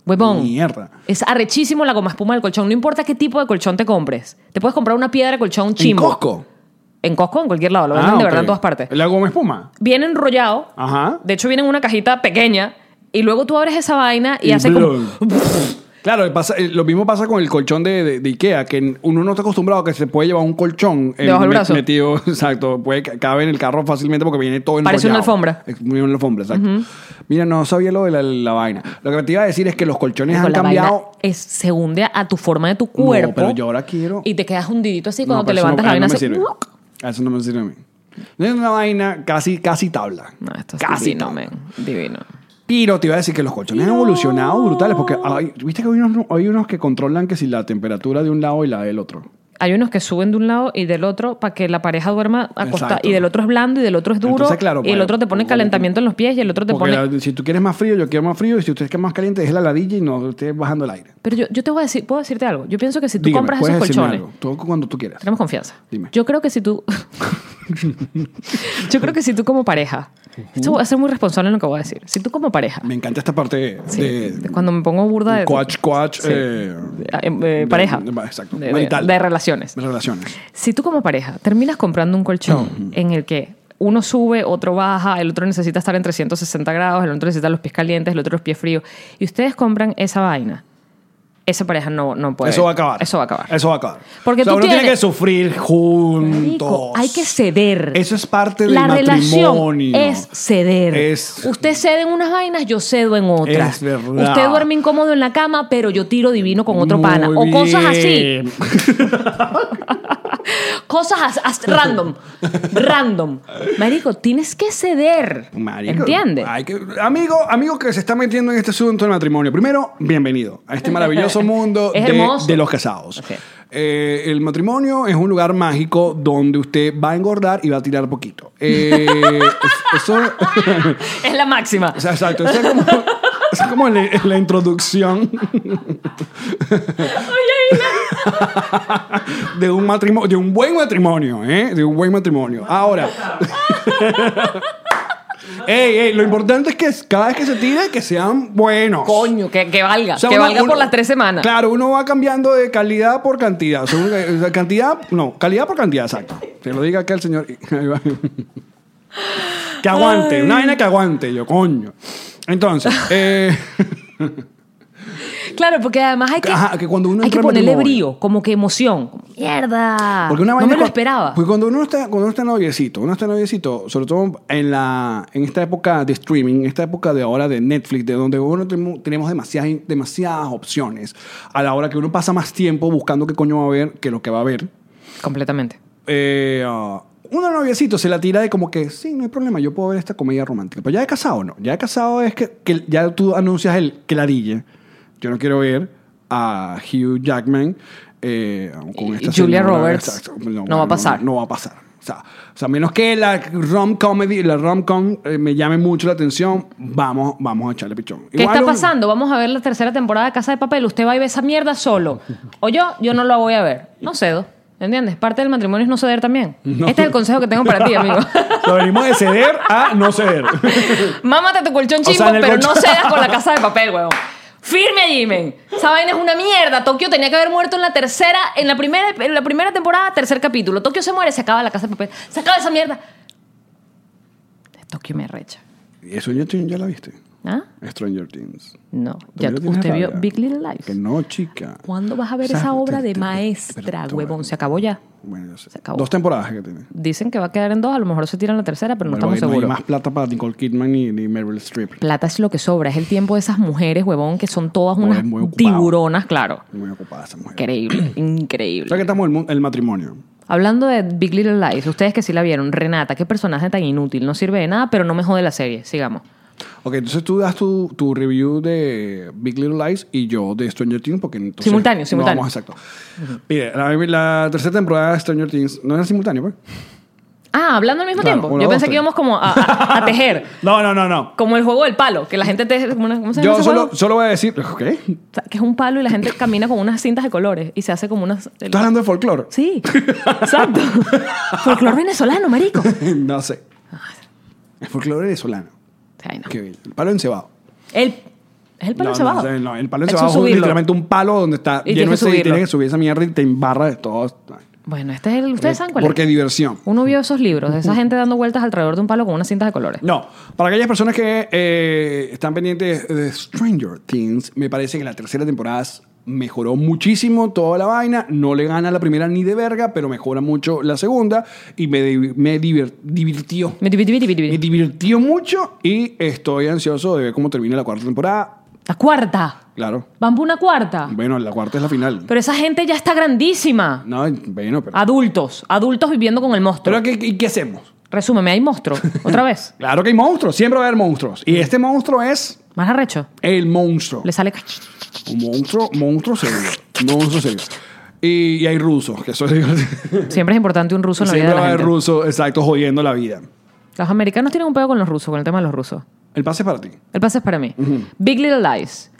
Speaker 2: Huevón.
Speaker 1: Mierda.
Speaker 2: Es arrechísimo la goma espuma del colchón. No importa qué tipo de colchón te compres. Te puedes comprar una piedra de colchón
Speaker 1: ¿En
Speaker 2: chimbo.
Speaker 1: Costco?
Speaker 2: En Costco, en cualquier lado. Lo venden
Speaker 1: Ah,
Speaker 2: de
Speaker 1: ok. Ah.
Speaker 2: verdad en todas partes.
Speaker 1: ¿La goma espuma?
Speaker 2: Viene enrollado.
Speaker 1: Ajá.
Speaker 2: De hecho, viene en una cajita pequeña. Y luego tú abres esa vaina y,
Speaker 1: Y
Speaker 2: hace
Speaker 1: blum.
Speaker 2: como...
Speaker 1: Claro, pasa- eh, lo mismo pasa con el colchón de, de- de Ikea, que uno no está acostumbrado a que se puede llevar un colchón eh,
Speaker 2: Debajo del
Speaker 1: met-
Speaker 2: brazo.
Speaker 1: metido, exacto, puede ca- cabe en el carro fácilmente porque viene todo en
Speaker 2: Parece una alfombra.
Speaker 1: una alfombra, exacto. Mira, no sabía lo de la, la vaina. Lo que te iba a decir es que los colchones
Speaker 2: Digo,
Speaker 1: han
Speaker 2: la
Speaker 1: cambiado.
Speaker 2: vaina es, se hunde a tu forma de tu
Speaker 1: No,
Speaker 2: cuerpo.
Speaker 1: pero yo ahora quiero-
Speaker 2: Y te quedas hundidito así cuando
Speaker 1: No,
Speaker 2: te
Speaker 1: pero eso
Speaker 2: levantas
Speaker 1: no-
Speaker 2: la
Speaker 1: a mí
Speaker 2: vaina.
Speaker 1: no me
Speaker 2: hace-
Speaker 1: sirve. A Eso no me sirve a mí. Es una vaina casi, casi tabla.
Speaker 2: No, esto es
Speaker 1: casi
Speaker 2: divino,
Speaker 1: tabla.
Speaker 2: men. Divino.
Speaker 1: Pero te iba a decir que los colchones han evolucionado brutales porque hay- viste que hay unos, hay unos que controlan que si la temperatura de un lado y la del otro.
Speaker 2: Hay unos que suben de un lado y del otro para que la pareja duerma acostada.
Speaker 1: Exacto.
Speaker 2: Y del otro es blando y del otro es duro.
Speaker 1: Entonces, claro,
Speaker 2: y el
Speaker 1: para-
Speaker 2: otro te pone
Speaker 1: porque-
Speaker 2: calentamiento en los pies y el otro te
Speaker 1: Porque
Speaker 2: pone...
Speaker 1: la- si tú quieres más frío, yo quiero más frío. Y si usted quiere más caliente, es la ladilla y no esté bajando el aire.
Speaker 2: Pero yo, yo te voy a decir, puedo decirte algo. Yo pienso que si tú
Speaker 1: Dígame,
Speaker 2: compras
Speaker 1: puedes
Speaker 2: esos
Speaker 1: decirme
Speaker 2: colchones...
Speaker 1: algo. Tú cuando tú quieras.
Speaker 2: Tenemos confianza.
Speaker 1: Dime.
Speaker 2: Yo creo que si tú... yo creo que si tú como pareja... Esto voy a ser muy responsable en lo que voy a decir. Si tú como pareja...
Speaker 1: Me encanta esta parte de...
Speaker 2: sí,
Speaker 1: de-
Speaker 2: de- cuando me pongo burda de...
Speaker 1: coach, coach,
Speaker 2: Sí.
Speaker 1: eh,
Speaker 2: Ah, eh, eh,
Speaker 1: de-
Speaker 2: pareja.
Speaker 1: de- exacto,
Speaker 2: De- de,
Speaker 1: marital.
Speaker 2: de relaciones.
Speaker 1: de relaciones.
Speaker 2: Si tú como pareja terminas comprando un colchón en el que uno sube, otro baja, el otro necesita estar en 360 grados, el otro necesita los pies calientes, el otro los pies fríos, y ustedes compran esa vaina, esa pareja no, no puede.
Speaker 1: Eso va a acabar.
Speaker 2: Pues, Eso va a acabar.
Speaker 1: Eso va a acabar.
Speaker 2: Porque
Speaker 1: O sea,
Speaker 2: tú
Speaker 1: uno tiene
Speaker 2: tienes-
Speaker 1: que sufrir juntos.
Speaker 2: Marico, hay que ceder.
Speaker 1: Eso es parte del
Speaker 2: La relación
Speaker 1: matrimonio.
Speaker 2: es ceder.
Speaker 1: Es-
Speaker 2: Usted cede en unas vainas, yo cedo en otras.
Speaker 1: Es verdad.
Speaker 2: Usted duerme incómodo en la cama, pero yo tiro divino con otro
Speaker 1: Muy
Speaker 2: pana. O cosas así.
Speaker 1: bien.
Speaker 2: Cosas as- as- random. random. Marico, tienes que ceder.
Speaker 1: Marico,
Speaker 2: ¿Entiendes?
Speaker 1: hay que- amigo, amigo que se está metiendo en este asunto del matrimonio. Primero, bienvenido a este maravilloso mundo
Speaker 2: Es
Speaker 1: de,
Speaker 2: hermoso.
Speaker 1: de los casados.
Speaker 2: Ok.
Speaker 1: Eh, el matrimonio es un lugar mágico donde usted va a engordar y va a tirar poquito. Eh, es- eso,
Speaker 2: Es la máxima.
Speaker 1: o sea, exacto, eso es como, eso es como la, la introducción de un matrimonio, de un buen matrimonio, ¿eh? De un buen matrimonio. Ahora. Ey, ey, lo importante es que cada vez que se tire, que sean buenos.
Speaker 2: Coño, que, que valga.
Speaker 1: O sea,
Speaker 2: que
Speaker 1: uno-
Speaker 2: valga
Speaker 1: uno-
Speaker 2: por las tres semanas.
Speaker 1: Claro, uno va cambiando de calidad por cantidad. O sea, uno- o sea, cantidad, no, calidad por cantidad, exacto. Te lo diga acá el señor. que aguante, una vaina que aguante, yo, coño. Entonces,
Speaker 2: Ah.
Speaker 1: eh,
Speaker 2: Claro, porque además hay que,
Speaker 1: Ajá, que cuando uno
Speaker 2: hay
Speaker 1: entra
Speaker 2: que
Speaker 1: en
Speaker 2: ponerle
Speaker 1: matrimonio.
Speaker 2: brío, como que emoción. Mierda.
Speaker 1: porque una vaina
Speaker 2: Ah, no
Speaker 1: Pues,
Speaker 2: me lo
Speaker 1: cua-
Speaker 2: esperaba.
Speaker 1: Porque cuando uno está, cuando uno está noviecito, uno está noviecito, sobre todo en la, en esta época de streaming, en esta época de ahora de Netflix, de donde uno temo- tenemos demasiadas, demasiadas opciones, a la hora que uno pasa más tiempo buscando qué coño va a ver que lo que va a ver.
Speaker 2: Completamente.
Speaker 1: eh, ah, uno noviecito se la tira de como que, sí, no hay problema, yo puedo ver esta comedia romántica. Pero ya de casado, no. Ya de casado es que, que ya tú anuncias el clarille. Yo no quiero ver a Hugh Jackman eh, con
Speaker 2: Y
Speaker 1: esta
Speaker 2: Julia
Speaker 1: señora,
Speaker 2: Roberts.
Speaker 1: exacto.
Speaker 2: No va a pasar.
Speaker 1: No, va a pasar. O sea, o sea, menos que la rom comedy, la rom com eh, me llame mucho la atención, vamos, vamos a echarle pichón.
Speaker 2: ¿Qué
Speaker 1: Igual
Speaker 2: está
Speaker 1: un-
Speaker 2: pasando? Vamos a ver la tercera temporada de Casa de Papel. Usted va y ve esa mierda solo. O yo, yo no la voy a ver. No cedo. ¿Entiendes? Parte del matrimonio es no ceder también.
Speaker 1: No.
Speaker 2: Este es el consejo que tengo para ti, amigo.
Speaker 1: Lo venimos de ceder a no ceder.
Speaker 2: Mámate tu colchón
Speaker 1: O sea,
Speaker 2: chimbo,
Speaker 1: en el
Speaker 2: pero
Speaker 1: colchón-
Speaker 2: no cedas con la Casa de Papel, huevón. Firme allí, men. Esa vaina es una mierda. Tokio tenía que haber muerto en la tercera, en la primera, en la primera temporada, tercer capítulo. Tokio se muere, se acaba la casa de papel. Se acaba esa mierda. Tokio me recha.
Speaker 1: ¿Y Stranger Things ya la viste?
Speaker 2: ¿Ah?
Speaker 1: Stranger Things.
Speaker 2: No. Ya,
Speaker 1: ¿También le tienes
Speaker 2: usted vio
Speaker 1: rabia?
Speaker 2: Big Little
Speaker 1: Que
Speaker 2: Lies.
Speaker 1: no, chica.
Speaker 2: ¿Cuándo vas a ver
Speaker 1: O sea,
Speaker 2: esa obra
Speaker 1: te-
Speaker 2: de
Speaker 1: te-
Speaker 2: maestra,
Speaker 1: pero tú-
Speaker 2: huevón? Se acabó ya.
Speaker 1: Bueno, ya sé.
Speaker 2: Se acabó.
Speaker 1: Dos temporadas que tiene.
Speaker 2: Dicen que va a quedar en dos, a lo mejor se tiran la tercera, pero no
Speaker 1: Bueno,
Speaker 2: estamos
Speaker 1: no hay
Speaker 2: seguros.
Speaker 1: más plata para Nicole Kidman ni, ni Meryl Streep.
Speaker 2: Plata es lo que sobra, es el tiempo de esas mujeres, huevón, que son todas unas
Speaker 1: Pobres, muy ocupadas.
Speaker 2: tiburonas, claro.
Speaker 1: Muy ocupada esa mujer.
Speaker 2: Increíble,
Speaker 1: O sea
Speaker 2: increíble.
Speaker 1: que estamos en el, mu- el matrimonio.
Speaker 2: Hablando de Big Little Lies, ustedes que sí la vieron, Renata, qué personaje tan inútil, no sirve de nada, pero no me jode la serie, sigamos.
Speaker 1: Ok, entonces tú das tu, tu review de Big Little Lies y yo de Stranger Things porque entonces
Speaker 2: Simultáneo,
Speaker 1: no
Speaker 2: simultáneo.
Speaker 1: Vamos exacto. Mire, la, la tercera temporada de Stranger Things no era simultáneo, pues.
Speaker 2: Ah, hablando al mismo
Speaker 1: Claro,
Speaker 2: tiempo.
Speaker 1: uno,
Speaker 2: Yo
Speaker 1: dos,
Speaker 2: pensé que
Speaker 1: tres.
Speaker 2: íbamos como a, a- a tejer,
Speaker 1: No, no, no, no.
Speaker 2: como el juego del palo, que la gente te... ¿Cómo cómo se llama
Speaker 1: Yo
Speaker 2: ese
Speaker 1: solo,
Speaker 2: juego?
Speaker 1: solo voy a decir, ¿qué? ¿Estás
Speaker 2: O sea, que es un palo y la gente camina con unas cintas de colores y se hace como unas...
Speaker 1: hablando de folclore?
Speaker 2: Sí, exacto. Folclor venezolano, marico.
Speaker 1: no sé. El folclore venezolano.
Speaker 2: Ay, no.
Speaker 1: Qué bello. El palo encebado.
Speaker 2: El, es el palo
Speaker 1: no,
Speaker 2: encebado.
Speaker 1: No, no, el palo
Speaker 2: Eso
Speaker 1: encebado es un-
Speaker 2: subirlo.
Speaker 1: literalmente un palo donde está lleno de
Speaker 2: Y tienes que
Speaker 1: ese- y
Speaker 2: subirlo.
Speaker 1: tienes que subir esa mierda y te embarra de todo.
Speaker 2: Bueno, este es el, ustedes saben cuál
Speaker 1: Eh, Porque
Speaker 2: es.
Speaker 1: diversión.
Speaker 2: Uno vio esos libros de esa gente dando vueltas alrededor de un palo con unas cintas de colores.
Speaker 1: No, para aquellas personas que eh, están pendientes de Stranger Things, me parece que la tercera temporada s- mejoró muchísimo toda la vaina. No le gana la primera ni de verga, pero mejora mucho la segunda y me, di- me divir- divirtió.
Speaker 2: Miti, miti, miti, miti,
Speaker 1: Me
Speaker 2: miti.
Speaker 1: divirtió mucho y estoy ansioso de ver cómo termina la cuarta temporada.
Speaker 2: La cuarta.
Speaker 1: Claro.
Speaker 2: Van por una cuarta.
Speaker 1: Bueno, la cuarta es la final.
Speaker 2: Pero esa gente ya está grandísima.
Speaker 1: No, bueno, pero...
Speaker 2: Ah, Adultos. Adultos viviendo con el monstruo.
Speaker 1: ¿Pero ¿qué, qué- qué hacemos?
Speaker 2: Resúmeme, hay monstruo. Otra vez.
Speaker 1: Claro que hay monstruos, siempre va a haber monstruos. Y este monstruo es
Speaker 2: Más arrecho.
Speaker 1: el monstruo.
Speaker 2: Le sale.
Speaker 1: Un monstruo, monstruo serio. Monstruo serio. Y, y hay rusos, que eso es siempre
Speaker 2: Siempre es importante un ruso en la vida de
Speaker 1: va a
Speaker 2: la
Speaker 1: haber
Speaker 2: gente.
Speaker 1: rusos, exacto, jodiendo la vida.
Speaker 2: Los americanos tienen un pedo con los rusos, con el tema de los rusos.
Speaker 1: El pase es para ti.
Speaker 2: El pase es para mí. Big Little Lies.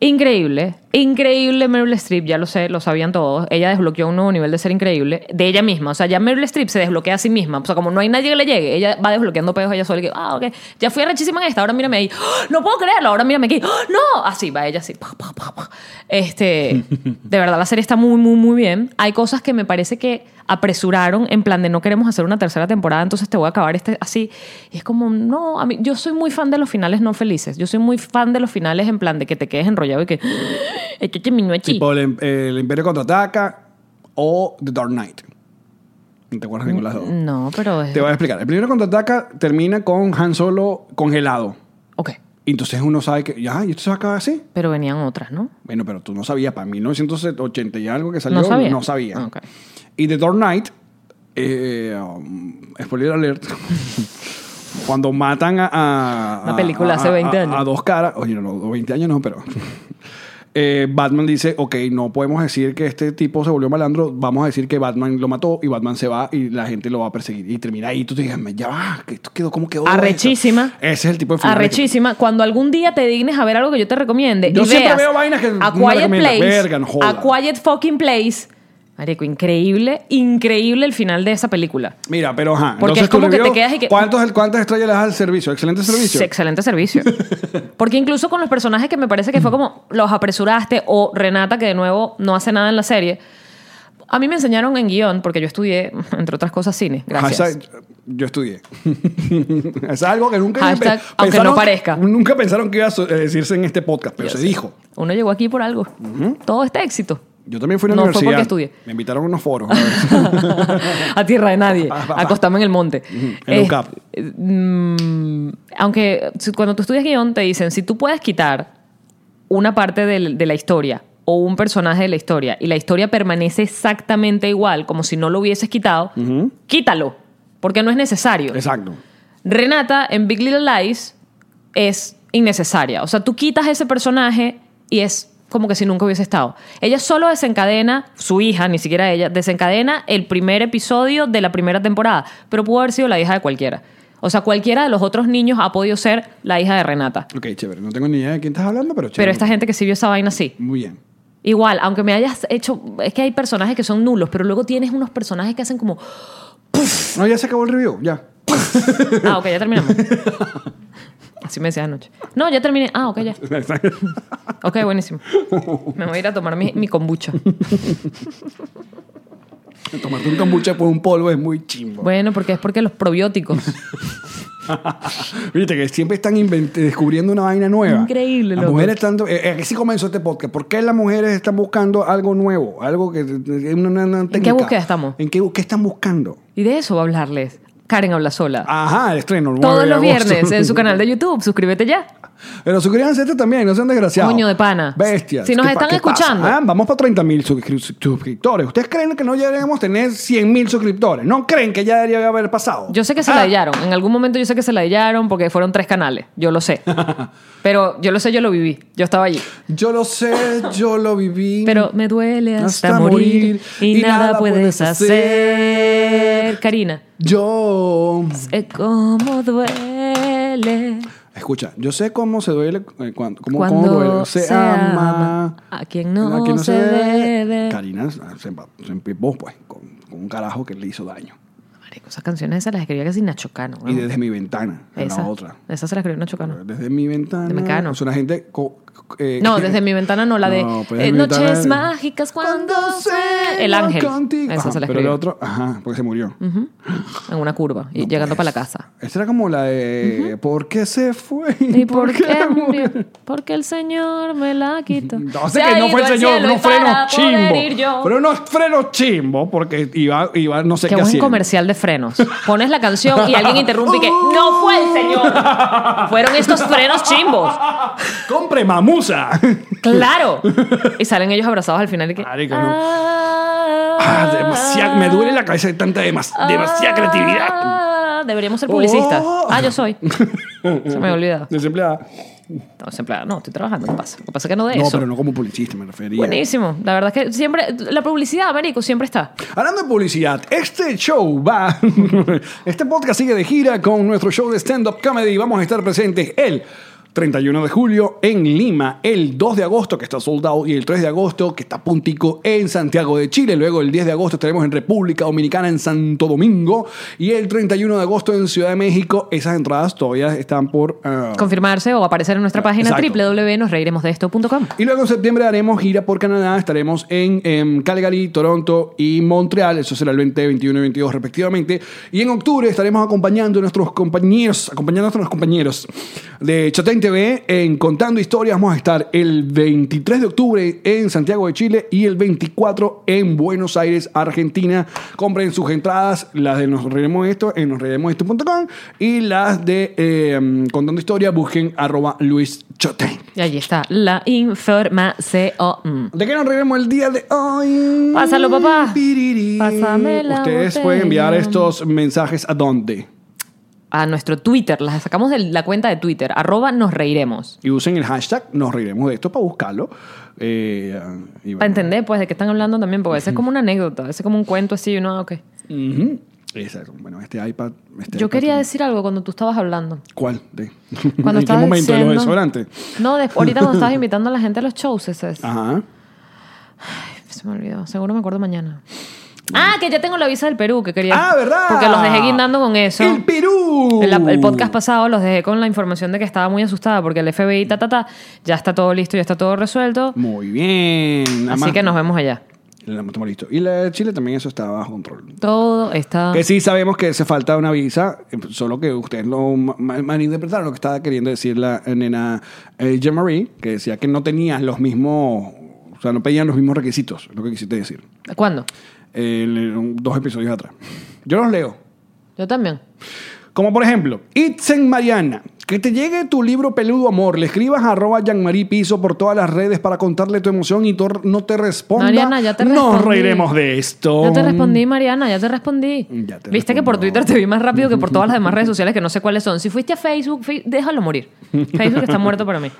Speaker 2: Increíble, increíble Meryl Streep, ya lo sé, lo sabían todos. Ella desbloqueó un nuevo nivel de ser increíble de ella misma. O sea, ya Meryl Streep se desbloquea a sí misma. O sea, como no hay nadie que le llegue, ella va desbloqueando pedos ella sola. Y que, ah, ok, ya fui arrechísima en esta, ahora mírame ahí. ¡Ah! No puedo creerlo, ahora mírame aquí. ¡Ah! No, así va ella así. Pa, pa, pa, pa. Este, de verdad, la serie está muy, muy, muy bien. Hay cosas que me parece que apresuraron en plan de no queremos hacer una tercera temporada, entonces te voy a acabar este así. Y es como, no, a mí, yo soy muy fan de los finales no felices. Yo soy muy fan de los finales en plan de que te quedes enrollado y que esto terminó aquí.
Speaker 1: Tipo el, el Imperio Contraataca o The Dark Knight. No te acuerdas de ninguna de las dos.
Speaker 2: Mm, No, pero es.
Speaker 1: Te voy a explicar. El Imperio Contraataca termina con Han Solo congelado.
Speaker 2: Ok,
Speaker 1: Y entonces uno sabe que, ya, ¿y esto se va a acabar así?
Speaker 2: pero venían otras, ¿no?
Speaker 1: Bueno, pero tú no sabías, para 1980 y algo que salió,
Speaker 2: No sabía. Ah,
Speaker 1: No sabía.
Speaker 2: Ok.
Speaker 1: Y The Dark Knight, eh, um, spoiler alert, cuando matan a... a-
Speaker 2: Una
Speaker 1: a-
Speaker 2: película
Speaker 1: a-
Speaker 2: hace
Speaker 1: a-
Speaker 2: 20 años.
Speaker 1: A, dos caras, oye, no, no, 20 años no, pero... eh, Batman dice, ok, no podemos decir que este tipo se volvió malandro, vamos a decir que Batman lo mató y Batman se va y la gente lo va a perseguir. Y termina ahí, tú te dices, ya va, que esto quedó como quedó. eso?".
Speaker 2: Arrechísima.
Speaker 1: Ese es el tipo de final que-
Speaker 2: Arrechísima. Cuando algún día te dignes a ver algo que yo te recomiende.
Speaker 1: Yo
Speaker 2: y
Speaker 1: siempre
Speaker 2: veas
Speaker 1: veo vainas que
Speaker 2: A
Speaker 1: no
Speaker 2: Quiet
Speaker 1: recomiendo.
Speaker 2: Place.
Speaker 1: Verga, no joda.
Speaker 2: a Quiet fucking Place. Marico, increíble, increíble el final de esa película.
Speaker 1: Mira, pero ajá.
Speaker 2: Porque
Speaker 1: entonces
Speaker 2: es como
Speaker 1: tú
Speaker 2: que
Speaker 1: review,
Speaker 2: te quedas y que-
Speaker 1: ¿cuántos- ¿Cuántas estrellas le das al servicio? Excelente servicio.
Speaker 2: Sí, Excelente servicio. Porque incluso con los personajes que me parece que fue como los apresuraste o Renata, que de nuevo no hace nada en la serie. A mí me enseñaron en guión, porque yo estudié, entre otras cosas, cine. Gracias.
Speaker 1: Hashtag, yo estudié. es algo que nunca
Speaker 2: Hashtag,
Speaker 1: pe-
Speaker 2: aunque no parezca.
Speaker 1: Nunca pensaron que iba a so- eh, decirse en este podcast, pero
Speaker 2: Yo
Speaker 1: se
Speaker 2: sé.
Speaker 1: dijo.
Speaker 2: Uno llegó aquí por algo. Todo este éxito.
Speaker 1: Yo también fui a la
Speaker 2: No, fue
Speaker 1: universidad.
Speaker 2: porque estudié.
Speaker 1: Me invitaron a unos foros. a ver.
Speaker 2: a tierra de nadie.
Speaker 1: Pa, pa, pa.
Speaker 2: Acostame en el monte.
Speaker 1: En
Speaker 2: Eh,
Speaker 1: UCAP.
Speaker 2: eh, mm, aunque si- cuando tú estudias guión te dicen, si tú puedes quitar una parte del- de la historia o un personaje de la historia y la historia permanece exactamente igual, como si no lo hubieses quitado, quítalo, porque no es necesario.
Speaker 1: Exacto.
Speaker 2: Renata en Big Little Lies es innecesaria. O sea, tú quitas ese personaje y es como que si nunca hubiese estado. Ella solo desencadena, su hija, ni siquiera ella, desencadena el primer episodio de la primera temporada, pero pudo haber sido la hija de cualquiera. O sea, cualquiera de los otros niños ha podido ser la hija de Renata.
Speaker 1: Ok, chévere. No tengo ni idea de quién estás hablando, pero
Speaker 2: Pero
Speaker 1: chévere.
Speaker 2: esta gente que sí vio esa vaina, sí.
Speaker 1: Muy bien.
Speaker 2: Igual, aunque me hayas hecho... Es que hay personajes que son nulos, pero luego tienes unos personajes que hacen como...
Speaker 1: No, ya se acabó el review. Ya.
Speaker 2: Ah, ok, ya terminamos. Así me decía anoche. No, ya terminé. Ah, ok, ya. Ok, buenísimo. Me voy a ir a tomar mi, mi kombucha.
Speaker 1: Tomarte un kombucha por un polvo es muy chimbo.
Speaker 2: Bueno, porque es porque los probióticos.
Speaker 1: Viste que siempre están invent- descubriendo una vaina nueva.
Speaker 2: Increíble,
Speaker 1: Las
Speaker 2: loco.
Speaker 1: mujeres tanto. así comenzó este podcast. ¿Por qué las mujeres están buscando algo nuevo? Algo que. una- una- una técnica.
Speaker 2: búsqueda estamos?
Speaker 1: ¿En qué, qué están buscando?
Speaker 2: Y de eso va a hablarles Karen habla sola.
Speaker 1: Ajá, el estreno. el 9
Speaker 2: Todos
Speaker 1: de
Speaker 2: los
Speaker 1: agosto.
Speaker 2: viernes en su canal de YouTube. Suscríbete ya.
Speaker 1: Pero suscríbanse a este también, no sean desgraciados.
Speaker 2: Coño de pana.
Speaker 1: Bestias.
Speaker 2: Si nos
Speaker 1: ¿Qué pa-
Speaker 2: están
Speaker 1: qué pasa?
Speaker 2: escuchando.
Speaker 1: Ah, vamos para 30 mil suscriptores. ¿Ustedes creen que no llegaremos a tener 100 mil suscriptores? ¿No creen que ya debería haber pasado?
Speaker 2: Yo sé que se
Speaker 1: Ah,
Speaker 2: la hallaron. En algún momento yo sé que se la hallaron porque fueron tres canales. Yo lo sé. Pero yo lo sé, yo lo viví. Yo estaba allí.
Speaker 1: Yo lo sé, yo lo viví.
Speaker 2: Pero me duele hasta, morir, y, nada, puedes hacer. Karina,
Speaker 1: Yo.
Speaker 2: sé cómo duele
Speaker 1: Escucha, yo sé cómo se duele eh, cuando, cómo,
Speaker 2: cuando
Speaker 1: cómo duele.
Speaker 2: se,
Speaker 1: Se,
Speaker 2: ama
Speaker 1: ama.
Speaker 2: a quien no,
Speaker 1: a quien
Speaker 2: se debe.
Speaker 1: Karina se, empa- se empipó, pues, con, con un carajo que le hizo daño.
Speaker 2: Marico, esas canciones esas las escribía casi Nacho Cano.
Speaker 1: Y
Speaker 2: weón.
Speaker 1: desde mi ventana, en
Speaker 2: Esa.
Speaker 1: la otra.
Speaker 2: Esa se la escribió Nacho Cano.
Speaker 1: Desde mi ventana.
Speaker 2: De Mecano.
Speaker 1: Es una gente. co- eh,
Speaker 2: No, desde mi ventana no, la de
Speaker 1: No, pues, desde
Speaker 2: eh,
Speaker 1: mi
Speaker 2: Noches
Speaker 1: ventana-
Speaker 2: mágicas cuando se... El
Speaker 1: sueño
Speaker 2: ángel.
Speaker 1: contigo.
Speaker 2: Esa
Speaker 1: Ajá,
Speaker 2: se la
Speaker 1: Pero el
Speaker 2: escribió.
Speaker 1: otro, ajá, porque se murió.
Speaker 2: En una curva, y llegando para la
Speaker 1: pues.
Speaker 2: casa.
Speaker 1: Esta era como la de. ¿Por qué se fue?
Speaker 2: ¿Y por qué
Speaker 1: murió?
Speaker 2: murió? Porque el Señor me la quitó.
Speaker 1: No sé
Speaker 2: Se
Speaker 1: que
Speaker 2: ha
Speaker 1: no fue el
Speaker 2: ido al
Speaker 1: señor,
Speaker 2: cielo y
Speaker 1: no
Speaker 2: para
Speaker 1: freno
Speaker 2: poder ir yo.
Speaker 1: chimbo. Pero no freno chimbo, porque iba, iba no sé
Speaker 2: Qué
Speaker 1: qué
Speaker 2: buen
Speaker 1: haciendo.
Speaker 2: comercial de frenos. Pones la canción y alguien interrumpe y que no fue el señor. Fueron estos frenos chimbos.
Speaker 1: ¡Compre mamusa!
Speaker 2: Claro. Y salen ellos abrazados al final y que.
Speaker 1: Marico, no.
Speaker 2: "Ah,
Speaker 1: Ah, demasiado, me duele la cabeza de tanta demas-
Speaker 2: ah,
Speaker 1: demasiada creatividad.
Speaker 2: Deberíamos ser publicistas.
Speaker 1: Oh.
Speaker 2: Ah, yo soy. Se me había olvidado.
Speaker 1: Desempleada.
Speaker 2: No, siempre, no, estoy trabajando. ¿Qué pasa? Lo que pasa es que no de
Speaker 1: No,
Speaker 2: eso.
Speaker 1: pero no como publicista, me refería.
Speaker 2: Buenísimo. La verdad es que siempre. La publicidad, Marico, siempre está.
Speaker 1: Hablando de publicidad, este show va. este podcast sigue de gira con nuestro show de stand-up comedy. Vamos a estar presentes el 31 de julio en Lima, el 2 de agosto, que está soldado, y el 3 de agosto, que está puntico en Santiago de Chile. Luego el 10 de agosto estaremos en República Dominicana, en Santo Domingo. Y el 31 de agosto en Ciudad de México. Esas entradas todavía están por. ah,
Speaker 2: Confirmarse o aparecer en nuestra página
Speaker 1: Exacto.
Speaker 2: www.nosreiremosdeesto.com.
Speaker 1: Y luego en septiembre haremos gira por Canadá. Estaremos en, em, Calgary, Toronto y Montreal. Eso será el 20, 21 y 22 respectivamente. Y en octubre estaremos acompañando a nuestros compañeros, acompañando a nuestros compañeros de Chatén TV en Contando Historias. Vamos a estar el 23 de octubre en Santiago de Chile y el 24 en Buenos Aires, Argentina. Compren sus entradas, las de Nos Reiremos de Esto en nosreiremosesto.com y las de em, Contando Historias. Busquen arroba Luis Chotén.
Speaker 2: Y allí está la información.
Speaker 1: ¿De qué nos reiremos el día de hoy?
Speaker 2: Pásalo, papá.
Speaker 1: Piriri.
Speaker 2: Pásame la
Speaker 1: Ustedes
Speaker 2: botella.
Speaker 1: pueden enviar estos mensajes a dónde.
Speaker 2: A nuestro Twitter, las sacamos de la cuenta de Twitter, arroba nos reiremos.
Speaker 1: Y usen el hashtag nos reiremos de esto para buscarlo. Eh, y bueno.
Speaker 2: Para entender, pues, de qué están hablando también, porque a veces es como una anécdota, a veces es como un cuento así, uno, ah, ok.
Speaker 1: Ujú. Exacto. Bueno, este iPad. este
Speaker 2: Yo
Speaker 1: iPad
Speaker 2: quería
Speaker 1: también.
Speaker 2: decir algo cuando tú estabas hablando.
Speaker 1: ¿Cuál? De-
Speaker 2: Cuando
Speaker 1: ¿En qué
Speaker 2: estabas
Speaker 1: momento? ¿En
Speaker 2: diciendo-
Speaker 1: los desodorantes?
Speaker 2: No, después, ahorita cuando estabas invitando a la gente a los shows, ese es.
Speaker 1: Ajá.
Speaker 2: Se me olvidó, seguro me acuerdo mañana. Ah, que ya tengo la visa del Perú, que quería.
Speaker 1: Ah, ¿verdad?
Speaker 2: Porque los dejé guindando con eso.
Speaker 1: ¡El Perú!
Speaker 2: El, el podcast pasado los dejé con la información de que estaba muy asustada porque el FBI, ta, ta, ta, ya está todo listo, ya está todo resuelto.
Speaker 1: Muy bien. Nada
Speaker 2: Así
Speaker 1: más.
Speaker 2: que nos vemos allá.
Speaker 1: La estamos listo. Y la de Chile también eso está bajo control.
Speaker 2: Todo está.
Speaker 1: Que sí sabemos que hace falta una visa, eh, solo que ustedes lo ma- ma- malinterpretaron, lo que estaba queriendo decir la eh, nena eh, Jean Marie, que decía que no tenían los mismos, o sea, no pedían los mismos requisitos, lo que quisiste decir,
Speaker 2: ¿Cuándo?
Speaker 1: Eh, le- un- dos episodios atrás. Yo los leo.
Speaker 2: Yo también.
Speaker 1: Como por ejemplo, Itzen Mariana. Que te llegue tu libro Peludo Amor, le escribas a arroba Jean-Marie Piso por todas las redes para contarle tu emoción y tor- no te responda.
Speaker 2: Mariana, ya te
Speaker 1: Nos
Speaker 2: respondí.
Speaker 1: reiremos de esto.
Speaker 2: Yo te respondí, Mariana, ya te respondí.
Speaker 1: Ya te
Speaker 2: Viste que por
Speaker 1: respondo.
Speaker 2: Twitter te vi más rápido que por todas las demás redes sociales que no sé cuáles son. Si fuiste a Facebook, fe- déjalo morir. Facebook está muerto para mí.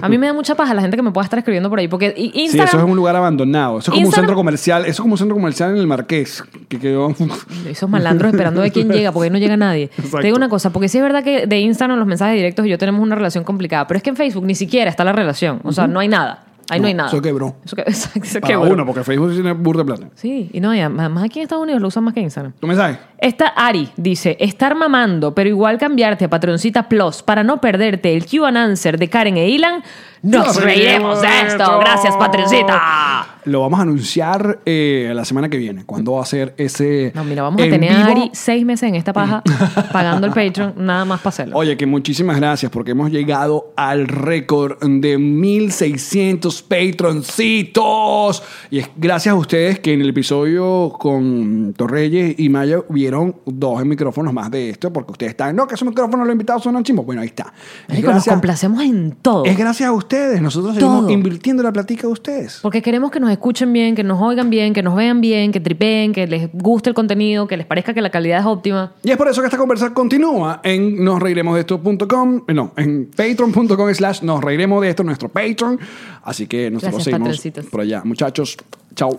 Speaker 2: A mí me da mucha paja la gente que me pueda estar escribiendo por ahí. Porque i-
Speaker 1: Sí,
Speaker 2: Instagram
Speaker 1: eso es un lugar abandonado. Eso es como un
Speaker 2: Instagram-
Speaker 1: centro comercial. Eso es como un centro comercial en el Marqués. Que quedó.
Speaker 2: Esos malandros esperando a ver quién llega, porque ahí no llega nadie.
Speaker 1: Exacto.
Speaker 2: Te digo una cosa, porque sí es verdad que de Instagram los mensajes directos y yo tenemos una relación complicada, pero es que en Facebook ni siquiera está la relación, o sea, no hay nada. Ahí no,
Speaker 1: No,
Speaker 2: hay nada.
Speaker 1: eso quebró.
Speaker 2: Eso que- exacto, eso
Speaker 1: Para
Speaker 2: quebró.
Speaker 1: uno, pues. porque Facebook tiene burda de plata.
Speaker 2: Sí, y no, y además aquí en Estados Unidos lo usan más que Instagram.
Speaker 1: ¿Tú me sabes?
Speaker 2: Esta Ari dice, estar mamando, pero igual cambiarte a Patroncita Plus para no perderte el Q and Answer de Karen e Ilan, nos,
Speaker 1: Nos
Speaker 2: reiremos
Speaker 1: reiremos
Speaker 2: de
Speaker 1: de
Speaker 2: esto.
Speaker 1: esto.
Speaker 2: Gracias, Patroncita.
Speaker 1: Lo vamos a anunciar eh, la semana que viene. ¿Cuándo va a ser ese.
Speaker 2: No, mira, vamos a
Speaker 1: en
Speaker 2: tener a
Speaker 1: vivo?
Speaker 2: Ari seis meses en esta paja pagando el Patreon, nada más para hacerlo.
Speaker 1: Oye, que muchísimas gracias porque hemos llegado al récord de 1600 patroncitos. Y es gracias a ustedes que en el episodio con Torreyes y Maya vieron dos micrófonos más de esto porque ustedes están, no, que esos micrófonos los invitados son un chimbo. Bueno, ahí está. Es
Speaker 2: Marico, nos
Speaker 1: gracias,
Speaker 2: complacemos en todo.
Speaker 1: es gracias a ustedes. Nosotros
Speaker 2: Todo.
Speaker 1: seguimos invirtiendo la platica de ustedes.
Speaker 2: Porque queremos que nos escuchen bien, que nos oigan bien, que nos vean bien, que tripeen, que les guste el contenido, que les parezca que la calidad es óptima.
Speaker 1: Y es por eso que esta conversa continúa en nosreiremosdeesto.com, eh, no, en patreon.com slash nos reiremos de esto, nuestro Patreon. Así que nosotros
Speaker 2: Gracias,
Speaker 1: seguimos
Speaker 2: patroncitos.
Speaker 1: por allá. Muchachos, chao.